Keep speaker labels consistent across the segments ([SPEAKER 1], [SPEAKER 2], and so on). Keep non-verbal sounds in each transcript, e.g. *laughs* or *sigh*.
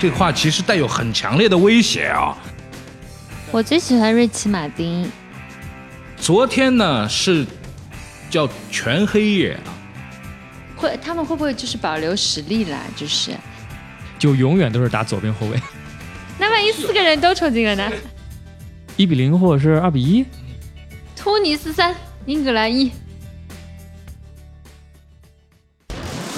[SPEAKER 1] 这话其实带有很强烈的威胁啊。
[SPEAKER 2] 我最喜欢瑞奇马丁，
[SPEAKER 1] 昨天呢是叫全黑夜啊，
[SPEAKER 2] 会他们会不会就是保留实力啦？就是，
[SPEAKER 3] 就永远都是打左边后卫， *laughs*
[SPEAKER 2] 那万一四个人都抽进了呢？
[SPEAKER 3] 一比零或者是二比一。
[SPEAKER 2] 突尼斯三，英格兰一，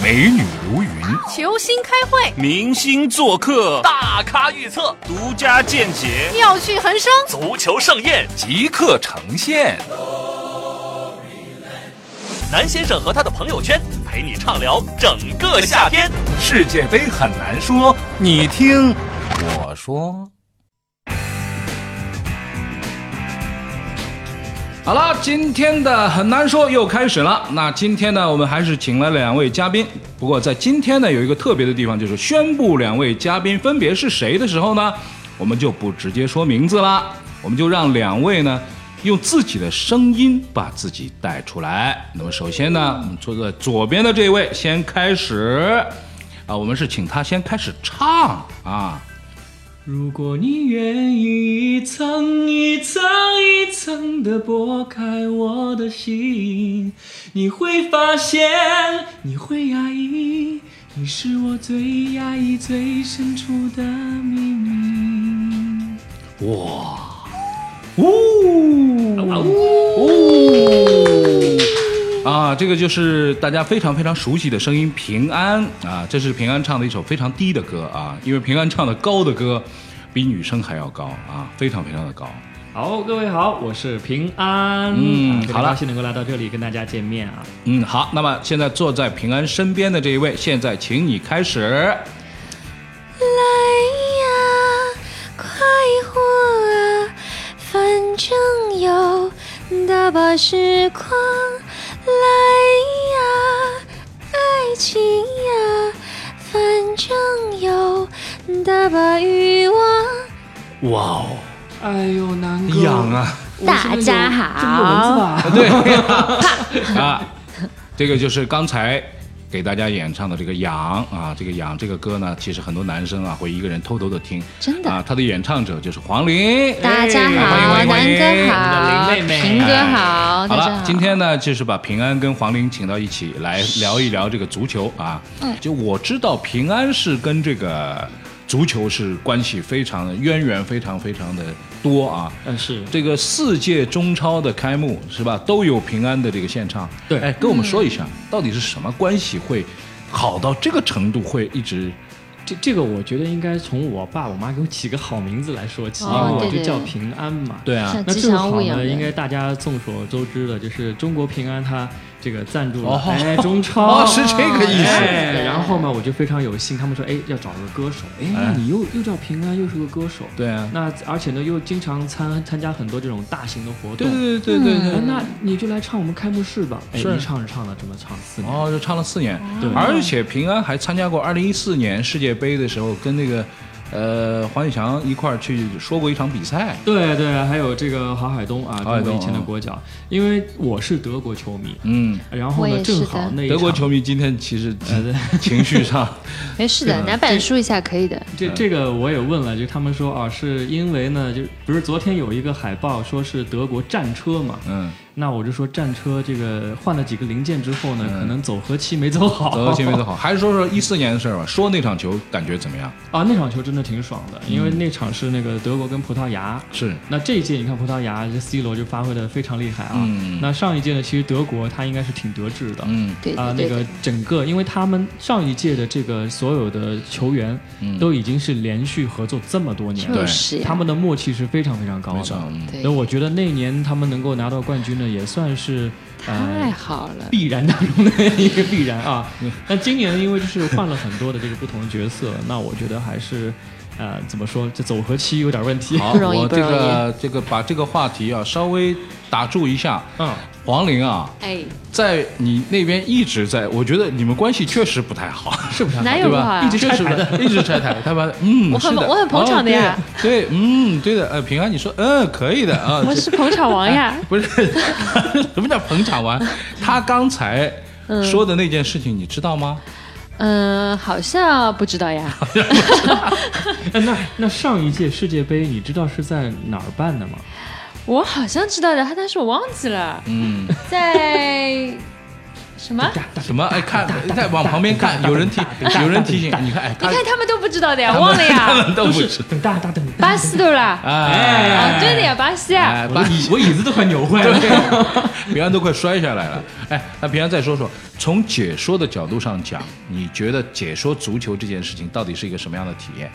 [SPEAKER 4] 美女如云，
[SPEAKER 5] 球星开会，
[SPEAKER 4] 明星做客，
[SPEAKER 6] 大咖预测，
[SPEAKER 4] 独家见解，
[SPEAKER 5] 妙趣横生。
[SPEAKER 6] 足球盛宴，
[SPEAKER 4] 即刻呈现。
[SPEAKER 6] 南先生和他的朋友圈陪你畅聊整个夏天。
[SPEAKER 4] 世界杯很难说，你听我说。
[SPEAKER 1] 好了，今天的很难说又开始了。那今天呢，我们还是请来了两位嘉宾。不过在今天呢，有一个特别的地方，就是宣布两位嘉宾分别是谁的时候呢，我们就不直接说名字啦，我们就让两位呢用自己的声音把自己带出来。那么首先呢，我们坐在左边的这位先开始，啊，我们是请他先开始唱啊。
[SPEAKER 3] 如果你愿意一层一层一层的剥开我的心，你会发现，你会压抑，你是我最压抑最深处的秘密。
[SPEAKER 1] 啊，这个就是大家非常非常熟悉的声音《平安》啊，这是平安唱的一首非常低的歌啊，因为平安唱的高的歌比女生还要高啊，非常非常的高。
[SPEAKER 3] 好，各位好，我是平安，
[SPEAKER 1] 嗯
[SPEAKER 3] 啊非常
[SPEAKER 1] 好了
[SPEAKER 3] 高兴能够来到这里跟大家见面啊。
[SPEAKER 1] 嗯，好，那么现在坐在平安身边的这一位，现在请你开始。
[SPEAKER 7] 来呀，快活啊，反正有大把时光。来呀，爱情呀，反正有大把欲望。
[SPEAKER 3] 哎呦，南哥，
[SPEAKER 1] 痒啊！
[SPEAKER 2] 大家好，
[SPEAKER 1] 对
[SPEAKER 2] *laughs*
[SPEAKER 1] 啊，这个就是刚才给大家演唱的这个《痒》啊，这个《痒》这个歌呢，其实很多男生啊会一个人偷偷的听，
[SPEAKER 2] 真的
[SPEAKER 1] 啊，他的演唱者就是黄龄。
[SPEAKER 2] 大家好，
[SPEAKER 1] 哎欢迎欢
[SPEAKER 2] 南
[SPEAKER 1] 迎
[SPEAKER 2] 哥
[SPEAKER 3] 我
[SPEAKER 2] 好，
[SPEAKER 3] 们的林妹妹
[SPEAKER 2] 平哥好，啊
[SPEAKER 1] 好
[SPEAKER 2] 大家
[SPEAKER 1] 了
[SPEAKER 2] 好，，
[SPEAKER 1] 今天呢，就是把平安跟黄龄请到一起来聊一聊这个足球啊。嗯，就我知道平安是跟这个足球是关系非常的渊源，非常非常的多啊。
[SPEAKER 3] 嗯是
[SPEAKER 1] 这个四届中超的开幕是吧，都有平安的这个现场。
[SPEAKER 3] 对
[SPEAKER 1] 哎，跟我们说一下，
[SPEAKER 2] 嗯
[SPEAKER 1] 到底是什么关系会好到这个程度，会一直
[SPEAKER 3] 这这个我觉得应该从我爸我妈给我起个好名字来说起，因
[SPEAKER 2] 哦
[SPEAKER 3] 为
[SPEAKER 2] 对对
[SPEAKER 3] 我就
[SPEAKER 2] 对
[SPEAKER 3] 叫平安嘛。
[SPEAKER 1] 对啊
[SPEAKER 2] 像？
[SPEAKER 3] 那
[SPEAKER 2] 吉
[SPEAKER 3] 正
[SPEAKER 2] 祥
[SPEAKER 3] 好
[SPEAKER 2] 物一样
[SPEAKER 3] 呢，
[SPEAKER 2] 的，
[SPEAKER 3] 应该大家众所周知的，就是中国平安它这个赞助
[SPEAKER 1] 哦
[SPEAKER 3] 了哎
[SPEAKER 1] *laughs*
[SPEAKER 3] 中超。
[SPEAKER 1] 哦，是这个意思。
[SPEAKER 3] 哎，然后嘛，我就非常有幸，他们说，哎，要找个歌手，哎，那你又又叫平安，又是个歌手，
[SPEAKER 1] 对啊，
[SPEAKER 3] 那而且呢，又经常参参加很多这种大型的活动，
[SPEAKER 1] 对对对对对
[SPEAKER 2] 嗯
[SPEAKER 3] 哎那你就来唱我们开幕式吧，哎，
[SPEAKER 1] 是
[SPEAKER 3] 一唱着唱了这么唱四年，
[SPEAKER 1] 哦，就唱了四年，
[SPEAKER 3] 对
[SPEAKER 1] 而且平安还参加过二零一四年世界杯的时候，跟那个呃黄健翔一块儿去说过一场比赛。
[SPEAKER 3] 对对，还有这个郝海东啊，
[SPEAKER 1] 郝海
[SPEAKER 3] 中
[SPEAKER 1] 东
[SPEAKER 3] 国以前的国脚，因为我是德国球迷，
[SPEAKER 1] 嗯，
[SPEAKER 3] 然后
[SPEAKER 2] 我也
[SPEAKER 3] 呢，
[SPEAKER 2] 是的
[SPEAKER 3] 正好那一
[SPEAKER 1] 德国
[SPEAKER 3] 场
[SPEAKER 1] 球迷今天其实
[SPEAKER 2] 呃
[SPEAKER 3] 对
[SPEAKER 1] 情绪
[SPEAKER 2] *laughs*
[SPEAKER 1] 上，
[SPEAKER 2] 没事哎的，拿板书一下可以的。
[SPEAKER 1] 嗯
[SPEAKER 3] 这这个我也问了，就他们说啊，是因为呢，就不是昨天有一个海报说是德国战车嘛，
[SPEAKER 1] 嗯，
[SPEAKER 3] 那我就说战车这个换了几个零件之后
[SPEAKER 1] 嗯
[SPEAKER 3] 呢，可能走合期没走好，
[SPEAKER 1] 德国球迷都好，还是说说一四年的事儿吧。说那场球感觉怎么样？
[SPEAKER 3] *laughs* 啊，那场球真的挺爽的，
[SPEAKER 1] 嗯
[SPEAKER 3] 因为那场是那个德国跟葡萄牙。
[SPEAKER 1] 是，
[SPEAKER 3] 那这一届你看葡萄牙这 C 罗就发挥的非常厉害啊，
[SPEAKER 1] 嗯
[SPEAKER 3] 那上一届呢，其实德国他应该是挺得志的，
[SPEAKER 1] 嗯，
[SPEAKER 2] 对
[SPEAKER 3] 啊、
[SPEAKER 2] 的，对
[SPEAKER 3] 那
[SPEAKER 2] 的
[SPEAKER 3] 个整个，因为他们上一届的这个所有的球员，都已经是连续合作这么多年了，
[SPEAKER 2] 就是呀
[SPEAKER 3] 他们的默契是非常非常高
[SPEAKER 1] 没错，
[SPEAKER 3] 的。
[SPEAKER 1] 嗯
[SPEAKER 2] 对
[SPEAKER 3] 那我觉得那年他们能够拿到冠军呢，也算是
[SPEAKER 2] 太
[SPEAKER 3] 呃
[SPEAKER 2] 好了，
[SPEAKER 3] *laughs* 必然当中的一个必然啊。那今年因为就是换了很多的这个不同的角色，那我觉得还是呃怎么说，这走合期有点问题。
[SPEAKER 1] 好，
[SPEAKER 2] 不容易
[SPEAKER 1] 我
[SPEAKER 2] 不
[SPEAKER 1] 这
[SPEAKER 2] 容
[SPEAKER 1] 个这个把这个话题啊稍微打住一下。
[SPEAKER 3] 嗯，
[SPEAKER 1] 黄龄啊，
[SPEAKER 2] 哎，
[SPEAKER 1] 在你那边一直在，我觉得你们关系确实不太好。
[SPEAKER 3] 是不是？
[SPEAKER 2] 哪
[SPEAKER 1] 对
[SPEAKER 2] 有
[SPEAKER 1] 吧？
[SPEAKER 2] 啊？
[SPEAKER 1] 一直拆台的，一直拆台。他把嗯，
[SPEAKER 2] 我很
[SPEAKER 1] 是的
[SPEAKER 2] 我很捧场的呀
[SPEAKER 1] 哦对对，嗯，对的。呃，平安，你说嗯，可以的啊。
[SPEAKER 2] 我
[SPEAKER 1] 这，
[SPEAKER 2] 是捧场王呀
[SPEAKER 1] 不是什么叫捧场完？他刚才说的那件事情，你知道吗？
[SPEAKER 2] *laughs* 嗯，好像不知道呀。
[SPEAKER 3] 哎，那那上一届世界杯你知道是在哪儿办的吗？
[SPEAKER 2] *laughs* 我好像知道的，但是我忘记了，
[SPEAKER 1] 嗯，
[SPEAKER 2] 在什 *laughs* 么？
[SPEAKER 1] 什么？哎，看，再往旁边看，有人提，有人提醒，你看，哎，
[SPEAKER 2] 你
[SPEAKER 1] 他
[SPEAKER 2] 看他们都不知道的呀，忘了
[SPEAKER 1] 他
[SPEAKER 2] *laughs* 呀。
[SPEAKER 1] 们都不知，
[SPEAKER 3] 等大大等大，
[SPEAKER 2] 巴西对不 *laughs* 啦？
[SPEAKER 1] 哎，
[SPEAKER 2] 啊，对的呀，巴西啊。
[SPEAKER 1] 哎，
[SPEAKER 3] 我
[SPEAKER 1] 把
[SPEAKER 3] 的椅我椅子都快扭坏了。
[SPEAKER 1] *laughs* 平安都快摔下来了。哎，那平安再说说，从解说的角度上讲，你觉得解说足球这件事情到底是一个什么样的体验？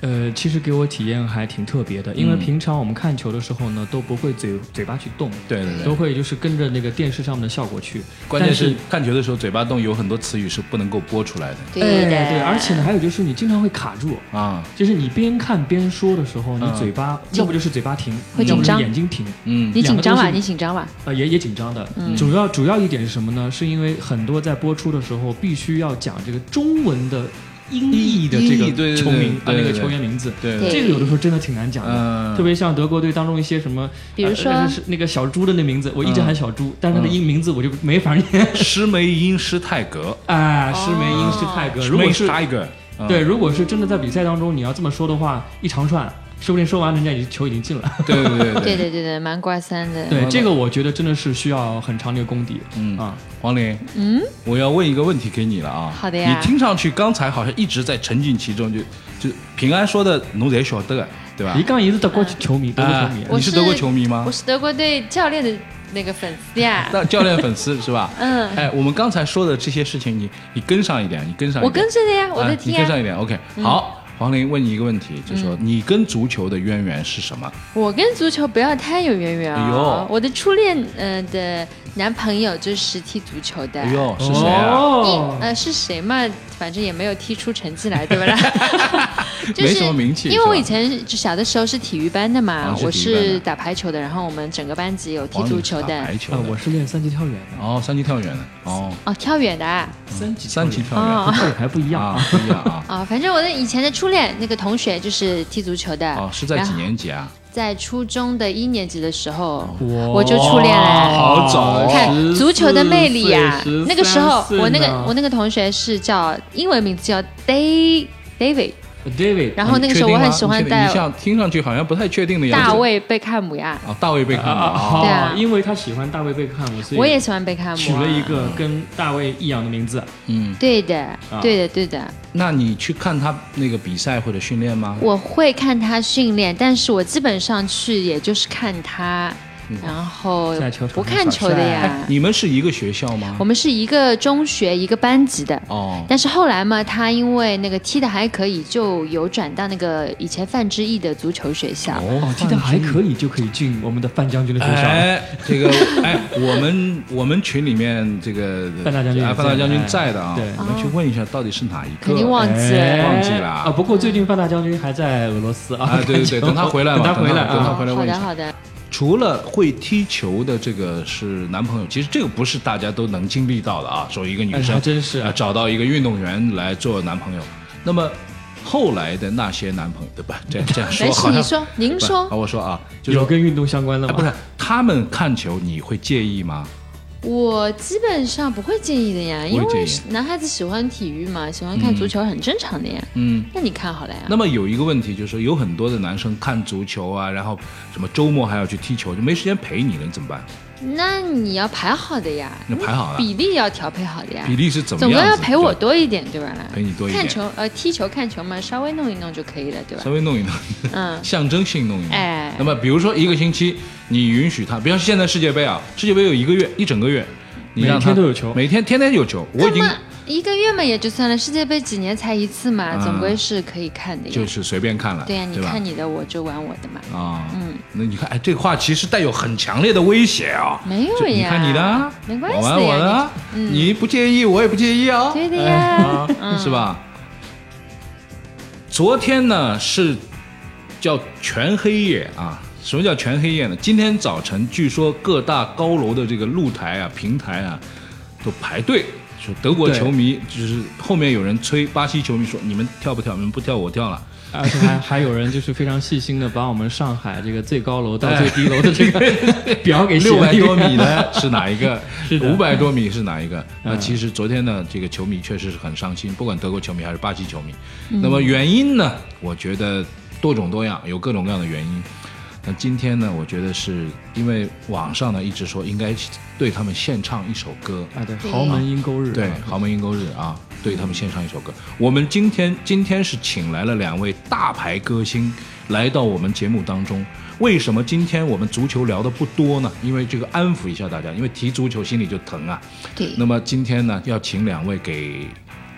[SPEAKER 3] 呃，其实给我体验还挺特别的，因为
[SPEAKER 1] 嗯
[SPEAKER 3] 平常我们看球的时候呢，都不会嘴嘴巴去动，
[SPEAKER 1] 对对对
[SPEAKER 3] 都会就是跟着那个电视上面的效果去。
[SPEAKER 1] 关键
[SPEAKER 3] 但
[SPEAKER 1] 是
[SPEAKER 3] 是
[SPEAKER 1] 看球的时候，嘴巴动有很多词语是不能够播出来的
[SPEAKER 2] 对的
[SPEAKER 3] 哎对，而且呢，还有就是你经常会卡住。
[SPEAKER 1] 啊。
[SPEAKER 3] 就是你边看边说的时候，你
[SPEAKER 1] 嗯
[SPEAKER 3] 嘴巴要不就是嘴巴停，
[SPEAKER 2] 会
[SPEAKER 3] 要
[SPEAKER 2] 紧
[SPEAKER 3] 不就是
[SPEAKER 2] 张
[SPEAKER 3] 眼睛停，
[SPEAKER 1] 嗯
[SPEAKER 2] 你紧张
[SPEAKER 3] 两
[SPEAKER 2] 吧，
[SPEAKER 3] 个都是
[SPEAKER 2] 你紧张吧。
[SPEAKER 3] 呃，也也紧张的。
[SPEAKER 2] 嗯
[SPEAKER 3] 主要主要一点是什么呢？是因为很多在播出的时候必须要讲这个中文的音译的这
[SPEAKER 1] 音译对对
[SPEAKER 3] 个球
[SPEAKER 1] 对
[SPEAKER 3] 名啊，
[SPEAKER 1] 对
[SPEAKER 3] 那
[SPEAKER 1] 对
[SPEAKER 3] 个
[SPEAKER 1] 对
[SPEAKER 3] 球员名字。
[SPEAKER 1] 对
[SPEAKER 2] 对
[SPEAKER 3] 这个有的时候真的挺难讲的，
[SPEAKER 1] 嗯
[SPEAKER 3] 特别像德国队当中一些什么，
[SPEAKER 2] 比如
[SPEAKER 3] 呃
[SPEAKER 2] 说
[SPEAKER 3] 呃是那个小猪的那名字，我一直
[SPEAKER 1] 嗯
[SPEAKER 3] 喊小猪，但是他的英名字我就没法念。
[SPEAKER 1] 施梅因施泰格，
[SPEAKER 2] 哦
[SPEAKER 3] 哎，是梅因是泰格，如果是
[SPEAKER 1] Tiger，啊
[SPEAKER 3] 对，如果是真的在比赛当中你要这么说的话，一长串，说不定说完人家已经球已经进了。
[SPEAKER 1] 对对对
[SPEAKER 2] 对对对对，蛮瓜三的。
[SPEAKER 3] 对，这个我觉得真的是需要很长的一个功底。
[SPEAKER 1] 嗯
[SPEAKER 3] 啊，
[SPEAKER 1] 黄玲，嗯，我要问一个问题给你了啊。
[SPEAKER 2] 好的呀
[SPEAKER 1] 你听上去刚才好像一直在沉浸其中，就就平安说的奴才晓得，对吧
[SPEAKER 3] 一？杠一直德国球迷，德国球迷
[SPEAKER 1] 啊，啊
[SPEAKER 2] 我
[SPEAKER 1] 你是德国球迷吗
[SPEAKER 2] 我是德国队教练的那个粉丝呀。
[SPEAKER 1] 那教练粉丝是吧？
[SPEAKER 2] *laughs* 嗯
[SPEAKER 1] 哎，我们刚才说的这些事情，你你跟上一点，你跟上一点。
[SPEAKER 2] 我跟着的呀，我
[SPEAKER 1] 啊
[SPEAKER 2] 在
[SPEAKER 1] 你
[SPEAKER 2] 听
[SPEAKER 1] 跟上
[SPEAKER 2] 啊。
[SPEAKER 1] 一点，OK。好，黄玲问你一个问题，就说
[SPEAKER 2] 嗯
[SPEAKER 1] 你跟足球的渊源是什么？
[SPEAKER 2] 我跟足球不要太有渊源
[SPEAKER 1] 哎呦
[SPEAKER 2] 哦。我的初恋，嗯的男朋友就是踢足球的。
[SPEAKER 1] 哎呦，是谁啊？
[SPEAKER 3] 哦，
[SPEAKER 2] 呃，是谁嘛？反正也没有踢出成绩来，对
[SPEAKER 1] *laughs*
[SPEAKER 2] 不啦？就是
[SPEAKER 1] 没什么名气
[SPEAKER 2] 因为我
[SPEAKER 1] 是吧
[SPEAKER 2] 以前就小的时候是体育班的嘛，
[SPEAKER 1] 啊是
[SPEAKER 2] 我
[SPEAKER 1] 体育班的
[SPEAKER 2] 是打排球的，然后我们整个班级有踢
[SPEAKER 1] 黄玲
[SPEAKER 2] 足
[SPEAKER 1] 是
[SPEAKER 2] 球
[SPEAKER 1] 打
[SPEAKER 2] 的，
[SPEAKER 1] 排球
[SPEAKER 3] 啊，
[SPEAKER 1] 的
[SPEAKER 3] 我是练三级跳远的，
[SPEAKER 1] 哦，三级跳远的，哦，嗯
[SPEAKER 2] 哦，跳远的啊，
[SPEAKER 3] 三级
[SPEAKER 1] 三级
[SPEAKER 3] 跳
[SPEAKER 1] 跳
[SPEAKER 2] 哦
[SPEAKER 1] 远
[SPEAKER 3] 远还不一样
[SPEAKER 1] 啊
[SPEAKER 3] 啊。，
[SPEAKER 1] 不一样
[SPEAKER 2] *laughs*
[SPEAKER 1] 啊。
[SPEAKER 2] 哦，反正我的以前的初恋那个同学就是踢足球的，
[SPEAKER 1] 哦，是在
[SPEAKER 2] 然
[SPEAKER 1] 几
[SPEAKER 2] 后
[SPEAKER 1] 年级啊？
[SPEAKER 2] 在初中的一年级的时候，
[SPEAKER 3] 我
[SPEAKER 2] 我就初恋了。
[SPEAKER 1] 好早
[SPEAKER 2] 你看足球的魅力呀、
[SPEAKER 3] 14
[SPEAKER 2] 那个时候
[SPEAKER 3] 岁呢
[SPEAKER 2] 我那个我那个同学是叫英文名字叫 Day David，
[SPEAKER 3] David，
[SPEAKER 2] 然后那个时候我很喜欢
[SPEAKER 1] 你确定吗
[SPEAKER 2] 带
[SPEAKER 1] 你像听上去好像不太确定的样子。
[SPEAKER 2] 大卫贝克汉姆呀，
[SPEAKER 1] 啊，大卫贝克汉
[SPEAKER 3] 啊
[SPEAKER 1] 姆
[SPEAKER 3] 啊，
[SPEAKER 2] 对
[SPEAKER 3] 啊
[SPEAKER 2] 啊
[SPEAKER 3] 因为他喜欢大卫贝克汉姆，所以
[SPEAKER 2] 我也喜欢贝克汉
[SPEAKER 3] 取
[SPEAKER 2] 姆啊。
[SPEAKER 3] 了一个跟大卫一样的名字。
[SPEAKER 1] 嗯，
[SPEAKER 2] 对的，
[SPEAKER 3] 啊
[SPEAKER 2] 对的，对的。
[SPEAKER 1] 那你去看他那个比赛或者训练吗？
[SPEAKER 2] 我会看他训练，但是我基本上去也就是看他，然后
[SPEAKER 3] 嗯在球场
[SPEAKER 2] 不看球的
[SPEAKER 3] 哎
[SPEAKER 2] 呀。
[SPEAKER 1] 你们是一个学校吗
[SPEAKER 2] 我？们是一个中学一个班级的。
[SPEAKER 1] 哦，
[SPEAKER 2] 但是后来嘛，他因为那个踢的还可以，就有转到那个以前范志毅的足球学校。
[SPEAKER 3] 哦，踢得还可以，就可以进我们的范将军的学校了。
[SPEAKER 1] 哎，这个哎，我们我们群里面这个
[SPEAKER 3] *laughs* 范大将军哎
[SPEAKER 1] 哎范大将军在的啊，
[SPEAKER 3] 对
[SPEAKER 1] 我们去问一下到底是哪一个？
[SPEAKER 2] 肯定忘记了
[SPEAKER 3] 哎
[SPEAKER 1] 忘记了
[SPEAKER 3] 啊！不过最近范大将军还在俄罗斯啊。
[SPEAKER 1] 啊对对
[SPEAKER 3] *laughs*
[SPEAKER 1] 对
[SPEAKER 3] 就
[SPEAKER 1] 等他回来吧
[SPEAKER 3] 等他回来
[SPEAKER 1] 等他
[SPEAKER 3] 啊。
[SPEAKER 1] 回来
[SPEAKER 2] 好
[SPEAKER 1] 问一
[SPEAKER 2] 的
[SPEAKER 1] 下
[SPEAKER 2] 哦好的，
[SPEAKER 1] 哎除了会踢球的这个是男朋友，其实这个不是大家都能经历到的啊。作为一个女
[SPEAKER 3] 哎
[SPEAKER 1] 生，
[SPEAKER 3] 还真是
[SPEAKER 1] 啊，找到一个运动员来做男朋友。那么后来的那些男朋友，对吧？
[SPEAKER 2] *laughs*
[SPEAKER 1] 这样这样说
[SPEAKER 2] 没
[SPEAKER 1] 好
[SPEAKER 2] 事，
[SPEAKER 1] 像
[SPEAKER 2] 哎你说您
[SPEAKER 1] 不啊，
[SPEAKER 2] 说，
[SPEAKER 1] 我说啊，就
[SPEAKER 3] 有
[SPEAKER 1] 是
[SPEAKER 3] 跟运动相关的
[SPEAKER 1] 哎
[SPEAKER 3] 吗？
[SPEAKER 1] 不是他们看球，你会介意吗？
[SPEAKER 2] 我基本上不会介意的呀，因
[SPEAKER 1] 不会
[SPEAKER 2] 为
[SPEAKER 1] 介意
[SPEAKER 2] 男孩子喜欢体育嘛，喜欢看足球很正常的呀。
[SPEAKER 1] 嗯，
[SPEAKER 2] 那你看好了呀。
[SPEAKER 1] 那么有一个问题就是，有很多的男生看足球啊，然后什么周末还要去踢球，就没时间陪你了，你怎么办？
[SPEAKER 2] 那你要排好的呀，
[SPEAKER 1] 那排好了
[SPEAKER 2] 比例要调配好的呀，
[SPEAKER 1] 比例是怎么
[SPEAKER 2] 总
[SPEAKER 1] 样
[SPEAKER 2] 归
[SPEAKER 1] 子？
[SPEAKER 2] 要陪我
[SPEAKER 1] 对
[SPEAKER 2] 多一点，对吧？
[SPEAKER 1] 陪你多一点 *laughs*
[SPEAKER 2] 看球呃，踢球看球嘛，稍微弄一弄就可以了，对吧
[SPEAKER 1] 稍？微弄一弄，
[SPEAKER 2] 嗯
[SPEAKER 1] 象征性弄一弄。
[SPEAKER 2] 哎
[SPEAKER 1] 那么比如说一个星期，你允许他，比方现在世界杯啊，世界杯有一个月，一整个月，你让他
[SPEAKER 3] 每天都有球
[SPEAKER 1] 每天天天有球，我已
[SPEAKER 2] 那
[SPEAKER 1] 经
[SPEAKER 2] 么一个月嘛也就算了，世界杯几年才一次嘛，
[SPEAKER 1] 嗯
[SPEAKER 2] 总归是可以看的呀。
[SPEAKER 1] 就是随便看了，
[SPEAKER 2] 对呀、啊你
[SPEAKER 1] 吧
[SPEAKER 2] 看？你的，我就玩我的嘛。
[SPEAKER 1] 啊，嗯，那你看，哎，这话其实带有很强烈的威胁啊。
[SPEAKER 2] 没有
[SPEAKER 1] 就
[SPEAKER 2] 呀，
[SPEAKER 1] 你看你的啊，
[SPEAKER 2] 没关系
[SPEAKER 1] 我
[SPEAKER 2] 的呀
[SPEAKER 1] 玩我的啊，你不介意，我也不介意啊
[SPEAKER 2] 你，对的呀，
[SPEAKER 1] 是吧？昨天呢是叫全黑夜啊，什么叫全黑夜呢？今天早晨，据说各大高楼的这个露台啊、平台啊都排队说德国
[SPEAKER 3] 对
[SPEAKER 1] 球迷就是后面有人催巴西球迷说你们跳不跳？你们不跳我跳了。 *laughs*
[SPEAKER 3] 而且啊还还有人就是非常细心的把我们上海这个最高楼到最低楼
[SPEAKER 1] *laughs*
[SPEAKER 3] 的这个表给写
[SPEAKER 1] 六百
[SPEAKER 3] 了一
[SPEAKER 1] 多
[SPEAKER 3] 遍
[SPEAKER 1] 米
[SPEAKER 3] *laughs*
[SPEAKER 1] 的是哪一个？
[SPEAKER 3] 是的
[SPEAKER 1] 五百多米是哪一个？那
[SPEAKER 3] 嗯
[SPEAKER 1] 其实昨天呢，这个球迷确实是很伤心，不管德国球迷还是巴西球迷。
[SPEAKER 3] 嗯
[SPEAKER 1] 那么原因呢，我觉得多种多样，有各种各样的原因。那今天呢，我觉得是因为网上呢一直说应该对他们献唱一首歌，
[SPEAKER 3] 啊，对，豪门阴沟日，
[SPEAKER 1] 对，豪门阴沟日啊，对他们献上一首歌。我们今天今天是请来了两位大牌歌星来到我们节目当中。为什么今天我们足球聊的不多呢？因为这个安抚一下大家，因为提足球心里就疼啊。
[SPEAKER 2] 对
[SPEAKER 1] 那么今天呢，要请两位给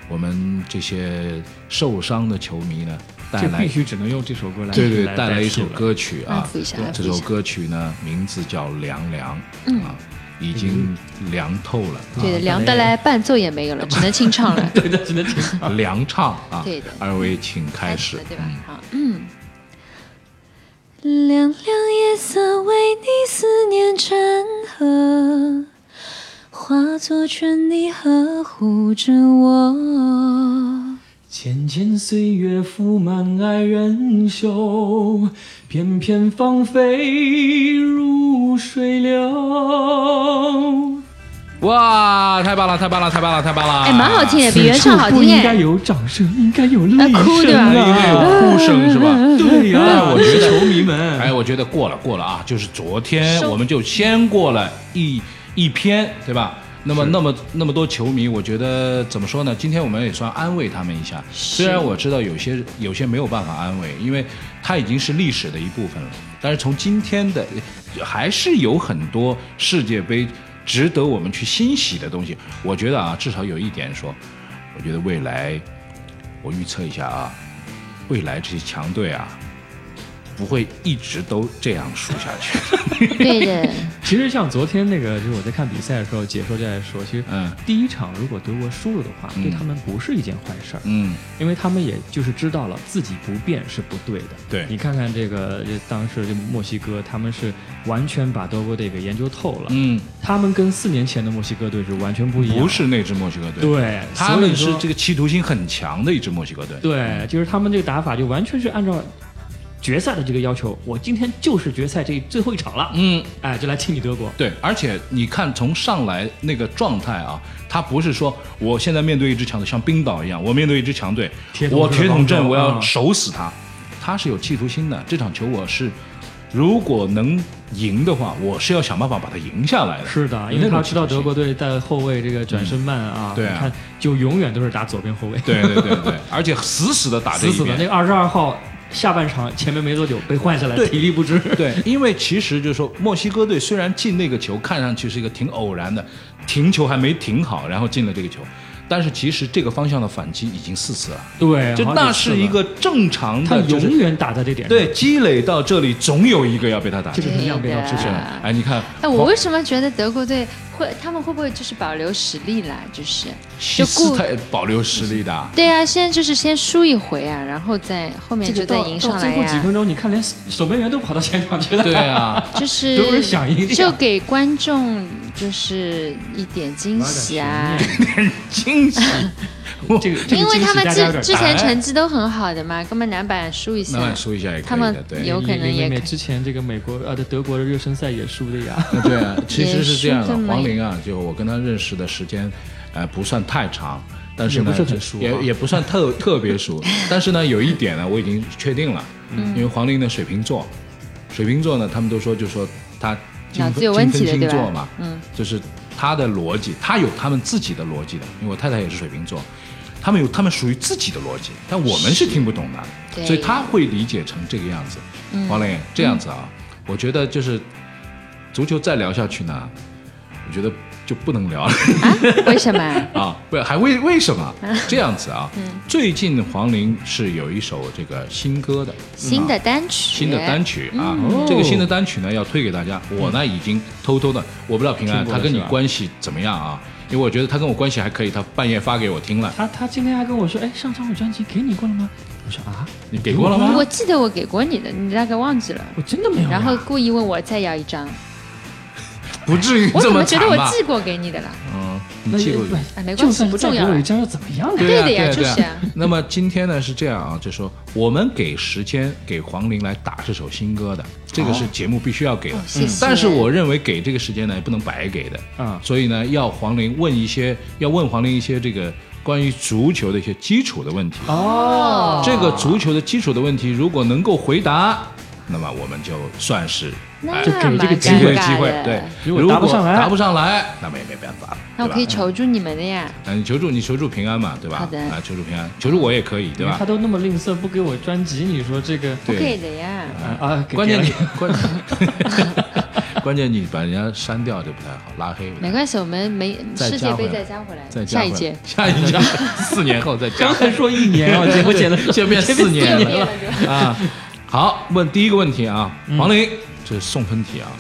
[SPEAKER 1] 我们这些受伤的球迷呢带
[SPEAKER 3] 这
[SPEAKER 1] 来
[SPEAKER 3] 必须只能用这首歌来
[SPEAKER 1] 对对，带
[SPEAKER 3] 代
[SPEAKER 1] 来一
[SPEAKER 3] 替
[SPEAKER 1] 首
[SPEAKER 3] *laughs* 了
[SPEAKER 1] 歌曲啊
[SPEAKER 2] 安抚一下，安
[SPEAKER 1] 这
[SPEAKER 2] 抚一
[SPEAKER 1] 首
[SPEAKER 2] 下
[SPEAKER 1] 歌曲呢名字叫《凉凉》啊，
[SPEAKER 2] 嗯
[SPEAKER 1] 已经凉透了。
[SPEAKER 2] 对的，
[SPEAKER 3] 啊
[SPEAKER 2] 凉的嘞，伴奏也没
[SPEAKER 1] *laughs*
[SPEAKER 2] 有了，只能清唱了。
[SPEAKER 3] 对的，只能听。
[SPEAKER 1] 凉唱啊！
[SPEAKER 2] 对的
[SPEAKER 1] 二位请开始
[SPEAKER 2] 了。对吧？
[SPEAKER 1] *laughs*
[SPEAKER 2] 啊好，
[SPEAKER 7] 凉凉夜色为你思念成河，化作春泥呵护着我。
[SPEAKER 3] 浅浅岁月覆满爱人袖，片片芳菲如水流。
[SPEAKER 1] 哇，太棒了，太棒了，太棒了，太棒了！
[SPEAKER 2] 哎，蛮好听的，比原
[SPEAKER 3] 此处
[SPEAKER 2] 唱好
[SPEAKER 3] 不
[SPEAKER 2] 听
[SPEAKER 3] 应该
[SPEAKER 2] 哎。
[SPEAKER 3] 有掌声，应该有泪
[SPEAKER 2] 啊哭对
[SPEAKER 3] 声
[SPEAKER 1] *laughs*
[SPEAKER 2] 吧
[SPEAKER 1] 哎。
[SPEAKER 2] 嗯
[SPEAKER 1] 应该
[SPEAKER 3] 啊！
[SPEAKER 1] 有呼声是吧？
[SPEAKER 3] 对呀、
[SPEAKER 1] 哎我
[SPEAKER 3] 这
[SPEAKER 1] 觉
[SPEAKER 3] 是
[SPEAKER 1] 得
[SPEAKER 3] 球迷们，
[SPEAKER 1] 哎，我觉得过了，过了啊！就是昨天我们就先过了一一篇，对吧？那么，那么那么多球迷，我觉得怎么说呢？今天我们也算安慰他们一下，虽然我知道有些有些没有办法安慰，因为它已经是历史的一部分了。但是从今天的，还是有很多世界杯值得我们去欣喜的东西。我觉得啊，至少有一点说，我觉得未来，我预测一下啊，未来这些强队啊，不会一直都这样输下去。
[SPEAKER 2] 对的，
[SPEAKER 3] *laughs* 其实像昨天那个，就是我在看比赛的时候，解说就在说，其实呃
[SPEAKER 1] 嗯
[SPEAKER 3] 第一场如果德国输了的话，
[SPEAKER 1] 嗯
[SPEAKER 3] 对他们不是一件坏事儿，
[SPEAKER 1] 嗯，
[SPEAKER 3] 因为他们也就是知道了自己不变是不对的。
[SPEAKER 1] 对
[SPEAKER 3] 你看看这个，这当时这墨西哥，他们是完全把德国队给研究透了，
[SPEAKER 1] 嗯，
[SPEAKER 3] 他们跟四年前的墨西哥队是完全不一样的，
[SPEAKER 1] 不是那支墨西哥队，
[SPEAKER 3] 对，
[SPEAKER 1] 他们
[SPEAKER 3] 所以
[SPEAKER 1] 是
[SPEAKER 3] 说
[SPEAKER 1] 这个企图心很强的一支墨西哥队。
[SPEAKER 3] 对，就是他们这个打法就完全是按照决赛的这个要求，我今天就是决赛这最后一场了，
[SPEAKER 1] 嗯，
[SPEAKER 3] 哎，就来清理德国。
[SPEAKER 1] 对，而且你看从上来那个状态啊，他不是说我现在面对一支强队，像冰岛一样，我面对一支强队，
[SPEAKER 3] 铁桶
[SPEAKER 1] 我
[SPEAKER 3] 阵
[SPEAKER 1] 铁桶阵，
[SPEAKER 3] 王者
[SPEAKER 1] 我要
[SPEAKER 3] 嗯
[SPEAKER 1] 守死他，他是有企图心的。这场球我是，如果能赢的话，我是要想办法把它赢下来的。
[SPEAKER 3] 是的，
[SPEAKER 1] 有
[SPEAKER 3] 因为
[SPEAKER 1] 那
[SPEAKER 3] 他
[SPEAKER 1] 种
[SPEAKER 3] 知道
[SPEAKER 1] 企图
[SPEAKER 3] 德
[SPEAKER 1] 心
[SPEAKER 3] 国队在后卫这个转身慢啊，
[SPEAKER 1] 嗯对啊
[SPEAKER 3] 你看就永远都是打左边后卫， *laughs*
[SPEAKER 1] 对对对对，而且死死的打这
[SPEAKER 3] 死
[SPEAKER 1] 一边，
[SPEAKER 3] 死的。那个二十二号下半场前面没多久被换下来，体力不支。
[SPEAKER 1] *laughs* 对，因为其实就是说，墨西哥队虽然进那个球看上去是一个挺偶然的，停球还没停好，然后进了这个球，但是其实这个方向的反击已经四次了，
[SPEAKER 3] 对，
[SPEAKER 1] 就
[SPEAKER 3] 哎好几
[SPEAKER 1] 那
[SPEAKER 3] 次
[SPEAKER 1] 是一
[SPEAKER 3] 了，
[SPEAKER 1] 个正常
[SPEAKER 3] 他
[SPEAKER 1] 的，就是
[SPEAKER 3] 永远打在这点上。
[SPEAKER 1] 对，积累到这里总有一个要被他打
[SPEAKER 3] 这
[SPEAKER 1] 进
[SPEAKER 3] 个啊
[SPEAKER 1] 去。
[SPEAKER 3] 能量被要支
[SPEAKER 1] 是
[SPEAKER 3] 持
[SPEAKER 2] 对。
[SPEAKER 1] 吧哎，你看，
[SPEAKER 2] 哎，我为什么觉得德国队会，他们会不会就是保留实力啦？就是，
[SPEAKER 1] 西斯
[SPEAKER 2] 顾
[SPEAKER 1] 泰保留实力的啊，
[SPEAKER 2] 对啊，先就是先输一回啊，然后再后面
[SPEAKER 3] 这
[SPEAKER 2] 就
[SPEAKER 3] 个
[SPEAKER 2] 再
[SPEAKER 3] 到
[SPEAKER 2] 迎
[SPEAKER 3] 到
[SPEAKER 2] 上
[SPEAKER 3] 最
[SPEAKER 2] 来
[SPEAKER 3] 后
[SPEAKER 2] 呀、
[SPEAKER 3] 几分钟，你看连守门员都跑到前场去了。 *laughs*
[SPEAKER 1] 对啊，
[SPEAKER 2] *laughs* 就
[SPEAKER 3] 德国
[SPEAKER 2] 是
[SPEAKER 3] 人想赢这
[SPEAKER 2] 就
[SPEAKER 3] 样
[SPEAKER 2] 给观众就是一点惊喜啊，
[SPEAKER 1] 惊喜。
[SPEAKER 3] 这个，这个
[SPEAKER 2] 因为
[SPEAKER 3] 惊喜
[SPEAKER 2] 他们
[SPEAKER 3] 大家有
[SPEAKER 2] 之
[SPEAKER 3] 点
[SPEAKER 2] 之前
[SPEAKER 3] 大
[SPEAKER 2] 成绩都很好的嘛，根本篮板输一下
[SPEAKER 1] 那，说一下也可
[SPEAKER 2] 他
[SPEAKER 1] 以
[SPEAKER 2] 们
[SPEAKER 1] 的，对。
[SPEAKER 2] 有可能也
[SPEAKER 3] 因为
[SPEAKER 2] 可
[SPEAKER 3] 之前这个美国呃德国的热身赛也输的呀，
[SPEAKER 1] *laughs* 对啊，其实是这样的
[SPEAKER 2] 也是这，么
[SPEAKER 1] 黄龄啊，就我跟他认识的时间，呃，不算太长，但是呢，
[SPEAKER 3] 也不是很熟啊
[SPEAKER 1] 也也不算特 *laughs* 特别熟，但是呢，有一点呢，我已经确定了，
[SPEAKER 2] 嗯
[SPEAKER 1] 因为黄龄的水瓶座，水瓶座呢，他们都说就说他金
[SPEAKER 2] 脑
[SPEAKER 1] 分
[SPEAKER 2] 子有问题的
[SPEAKER 1] 金分
[SPEAKER 2] 对吧
[SPEAKER 1] 星座嘛，
[SPEAKER 2] 嗯，
[SPEAKER 1] 就是他的逻辑，他有他们自己的逻辑的，因为我太太也是水瓶座。他们有他们属于自己的逻辑，但我们是听不懂的，
[SPEAKER 2] 对嗯
[SPEAKER 1] 所以他会理解成这个样子。黄磊这样子啊，我觉得就是足球再聊下去呢，我觉得就不能
[SPEAKER 2] *laughs*
[SPEAKER 1] 聊了
[SPEAKER 2] 啊？为什么
[SPEAKER 1] *laughs*
[SPEAKER 2] 啊？
[SPEAKER 1] 啊！不，还为为什么
[SPEAKER 2] 嗯
[SPEAKER 1] 这样子啊？最近黄龄是有一首这个新歌的，
[SPEAKER 2] 新的
[SPEAKER 1] 啊
[SPEAKER 2] 单曲，嗯
[SPEAKER 1] 新的单曲啊，这个新的单曲呢要推给大家。我呢已经偷偷的，我不知道平安
[SPEAKER 3] 听过
[SPEAKER 1] 他
[SPEAKER 3] 了
[SPEAKER 1] 跟你
[SPEAKER 3] 是吧
[SPEAKER 1] 关系怎么样啊？因为我觉得他跟我关系还可以，他半夜发给我听了，
[SPEAKER 3] *laughs* 他他今天还跟我说，哎，上张我专辑给你过了吗？我说啊，
[SPEAKER 1] 你给过了吗？啊
[SPEAKER 2] 我记得我给过你的，你大概忘记了。
[SPEAKER 3] 我真的没有呀。啊
[SPEAKER 2] 然后故意问我再要一张，
[SPEAKER 1] 不至于
[SPEAKER 2] 我
[SPEAKER 1] 这
[SPEAKER 2] 怎么觉
[SPEAKER 1] 惨
[SPEAKER 2] 得我
[SPEAKER 1] 吧？
[SPEAKER 2] 寄过给你的了？
[SPEAKER 1] 嗯，你记过就行。
[SPEAKER 2] 哎没关
[SPEAKER 3] 就
[SPEAKER 2] 系
[SPEAKER 3] 算
[SPEAKER 2] 不
[SPEAKER 3] 是再
[SPEAKER 2] 重要
[SPEAKER 3] 国有
[SPEAKER 2] 了
[SPEAKER 3] 一家又怎么样呢？
[SPEAKER 1] 呀、
[SPEAKER 2] 对的呀
[SPEAKER 1] 呀，
[SPEAKER 2] 就是
[SPEAKER 1] 对呀
[SPEAKER 2] 啊。
[SPEAKER 1] *laughs* 那么今天呢是这样啊，就说我们给时间给黄龄来打这首新歌的，这个是节目必须要给的。
[SPEAKER 2] 哦谢谢
[SPEAKER 1] 但是我认为给这个时间呢也不能白给的
[SPEAKER 3] 嗯
[SPEAKER 1] 所以呢要黄龄问一些，要问黄龄一些这个关于足球的一些基础的问题。
[SPEAKER 3] 哦，
[SPEAKER 1] 这个足球的基础的问题，如果能够回答，那么我们就算是
[SPEAKER 2] 那
[SPEAKER 3] 就给这个
[SPEAKER 2] 蛮
[SPEAKER 3] 机
[SPEAKER 1] 给了
[SPEAKER 2] 尴
[SPEAKER 1] 机
[SPEAKER 2] 尬
[SPEAKER 1] 会
[SPEAKER 2] 的。。
[SPEAKER 1] 对，
[SPEAKER 3] 如果答不上来
[SPEAKER 1] 答不上来，那么也没办法了。
[SPEAKER 2] 那我
[SPEAKER 1] 对吧
[SPEAKER 2] 可以求助你们的呀。
[SPEAKER 1] 嗯，你求助你求助平安嘛，对吧？
[SPEAKER 2] 好的嗯
[SPEAKER 1] 啊，求助平安，求助我也可以，对
[SPEAKER 3] 因为
[SPEAKER 1] 吧
[SPEAKER 3] 他？都那么吝啬，不给我专辑，你说这个
[SPEAKER 2] 不
[SPEAKER 1] 对，
[SPEAKER 2] 给的呀。
[SPEAKER 3] 啊啊，给
[SPEAKER 1] 关键
[SPEAKER 3] 给
[SPEAKER 1] 你
[SPEAKER 3] 了
[SPEAKER 1] 关，关 *laughs* 键你把人家删掉就不太好，拉黑不太
[SPEAKER 2] 没
[SPEAKER 1] 好。
[SPEAKER 2] 关系，我们没
[SPEAKER 1] 再加
[SPEAKER 2] 世界
[SPEAKER 1] 回来
[SPEAKER 2] 杯再加回来，
[SPEAKER 1] 再加
[SPEAKER 2] 下一
[SPEAKER 1] 回来 *laughs*
[SPEAKER 2] 届
[SPEAKER 1] 下一届，四年后再加
[SPEAKER 2] *laughs*
[SPEAKER 3] 刚
[SPEAKER 1] 回
[SPEAKER 3] 才
[SPEAKER 1] 来。
[SPEAKER 3] 说一 *laughs* 年啊，结果减了
[SPEAKER 1] 就变四年
[SPEAKER 2] 四
[SPEAKER 1] 了啊！好，问第一个问题啊，
[SPEAKER 2] 嗯
[SPEAKER 1] 黄玲，这是送分题啊，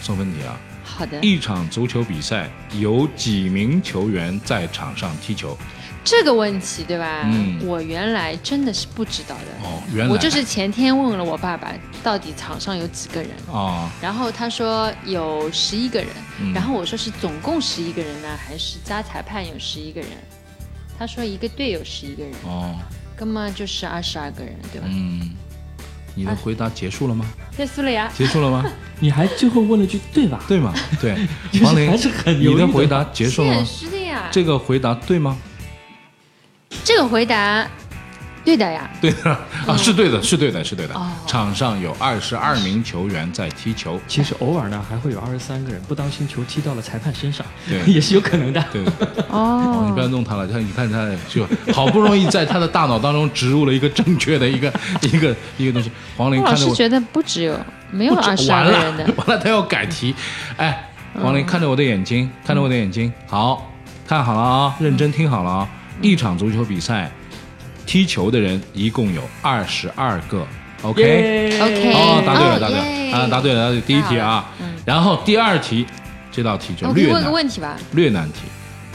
[SPEAKER 1] 送分题啊。
[SPEAKER 2] 好的，
[SPEAKER 1] 一场足球比赛有几名球员在场上踢球？
[SPEAKER 2] 这个问题对吧？
[SPEAKER 1] 嗯
[SPEAKER 2] 我原来真的是不知道的。
[SPEAKER 1] 哦，原来
[SPEAKER 2] 我就是前天问了我爸爸，到底场上有几个人，
[SPEAKER 1] 哦，
[SPEAKER 2] 然后他说有十一个人，
[SPEAKER 1] 嗯
[SPEAKER 2] 然后我说是总共十一个人呢，还是加裁判有十一个人？他说一个队有十一个人，
[SPEAKER 1] 哦，
[SPEAKER 2] 根本就是二十二个人，对吧？
[SPEAKER 1] 嗯，你
[SPEAKER 2] 啊
[SPEAKER 1] 的回答结束了吗？
[SPEAKER 2] 结束了呀。
[SPEAKER 1] 结束了吗？
[SPEAKER 3] 你还最后问了句对吧？
[SPEAKER 1] *laughs* 对吗？对，
[SPEAKER 3] 就是
[SPEAKER 1] 王林
[SPEAKER 3] 还是很犹
[SPEAKER 1] 你
[SPEAKER 3] 豫的
[SPEAKER 1] 的回答结束了
[SPEAKER 2] 现
[SPEAKER 1] 吗？
[SPEAKER 2] 实的呀。
[SPEAKER 1] 这个回答对吗？
[SPEAKER 2] 这个回答，对的呀。
[SPEAKER 1] *laughs* 对的啊，是对的，是对的，是对的
[SPEAKER 2] 嗯哦。
[SPEAKER 1] 场上有二十二名球员在踢 *laughs* 球，
[SPEAKER 3] 其实偶尔呢，还会有二十三个人不当心球踢到了裁判身上，
[SPEAKER 1] 对
[SPEAKER 3] *laughs* 也是有可能的。
[SPEAKER 1] 对。哦，你不要
[SPEAKER 2] 哦，
[SPEAKER 1] 弄他了，他你看他就好不容易在他的大脑当中植入了一个正确的一个一个一个东西。黄玲
[SPEAKER 2] 我
[SPEAKER 1] 看
[SPEAKER 2] 老
[SPEAKER 1] 着
[SPEAKER 2] 是
[SPEAKER 1] 我，
[SPEAKER 2] 觉得不只有没有
[SPEAKER 1] 不止
[SPEAKER 2] 二十
[SPEAKER 1] 完
[SPEAKER 2] 二个
[SPEAKER 1] 了
[SPEAKER 2] 啊人的，
[SPEAKER 1] *laughs*
[SPEAKER 2] 嗯
[SPEAKER 1] 完了，他要改题。哎，黄玲看着我的眼睛，看着我的眼睛，好看好了啊，
[SPEAKER 2] 嗯
[SPEAKER 1] 认真听好了啊。一场足球比赛，踢球的人一共有二十二个。OK，
[SPEAKER 2] OK
[SPEAKER 1] 哦，答对了，
[SPEAKER 2] 哦
[SPEAKER 1] 答对
[SPEAKER 2] 耶
[SPEAKER 1] 了啊，答对了，答对了第一题啊
[SPEAKER 2] 太好了嗯。哦
[SPEAKER 1] 然后第二题，这道题就
[SPEAKER 2] 我可以
[SPEAKER 1] 略
[SPEAKER 2] 问个
[SPEAKER 1] 难，
[SPEAKER 2] 问题吧？
[SPEAKER 1] 略难题。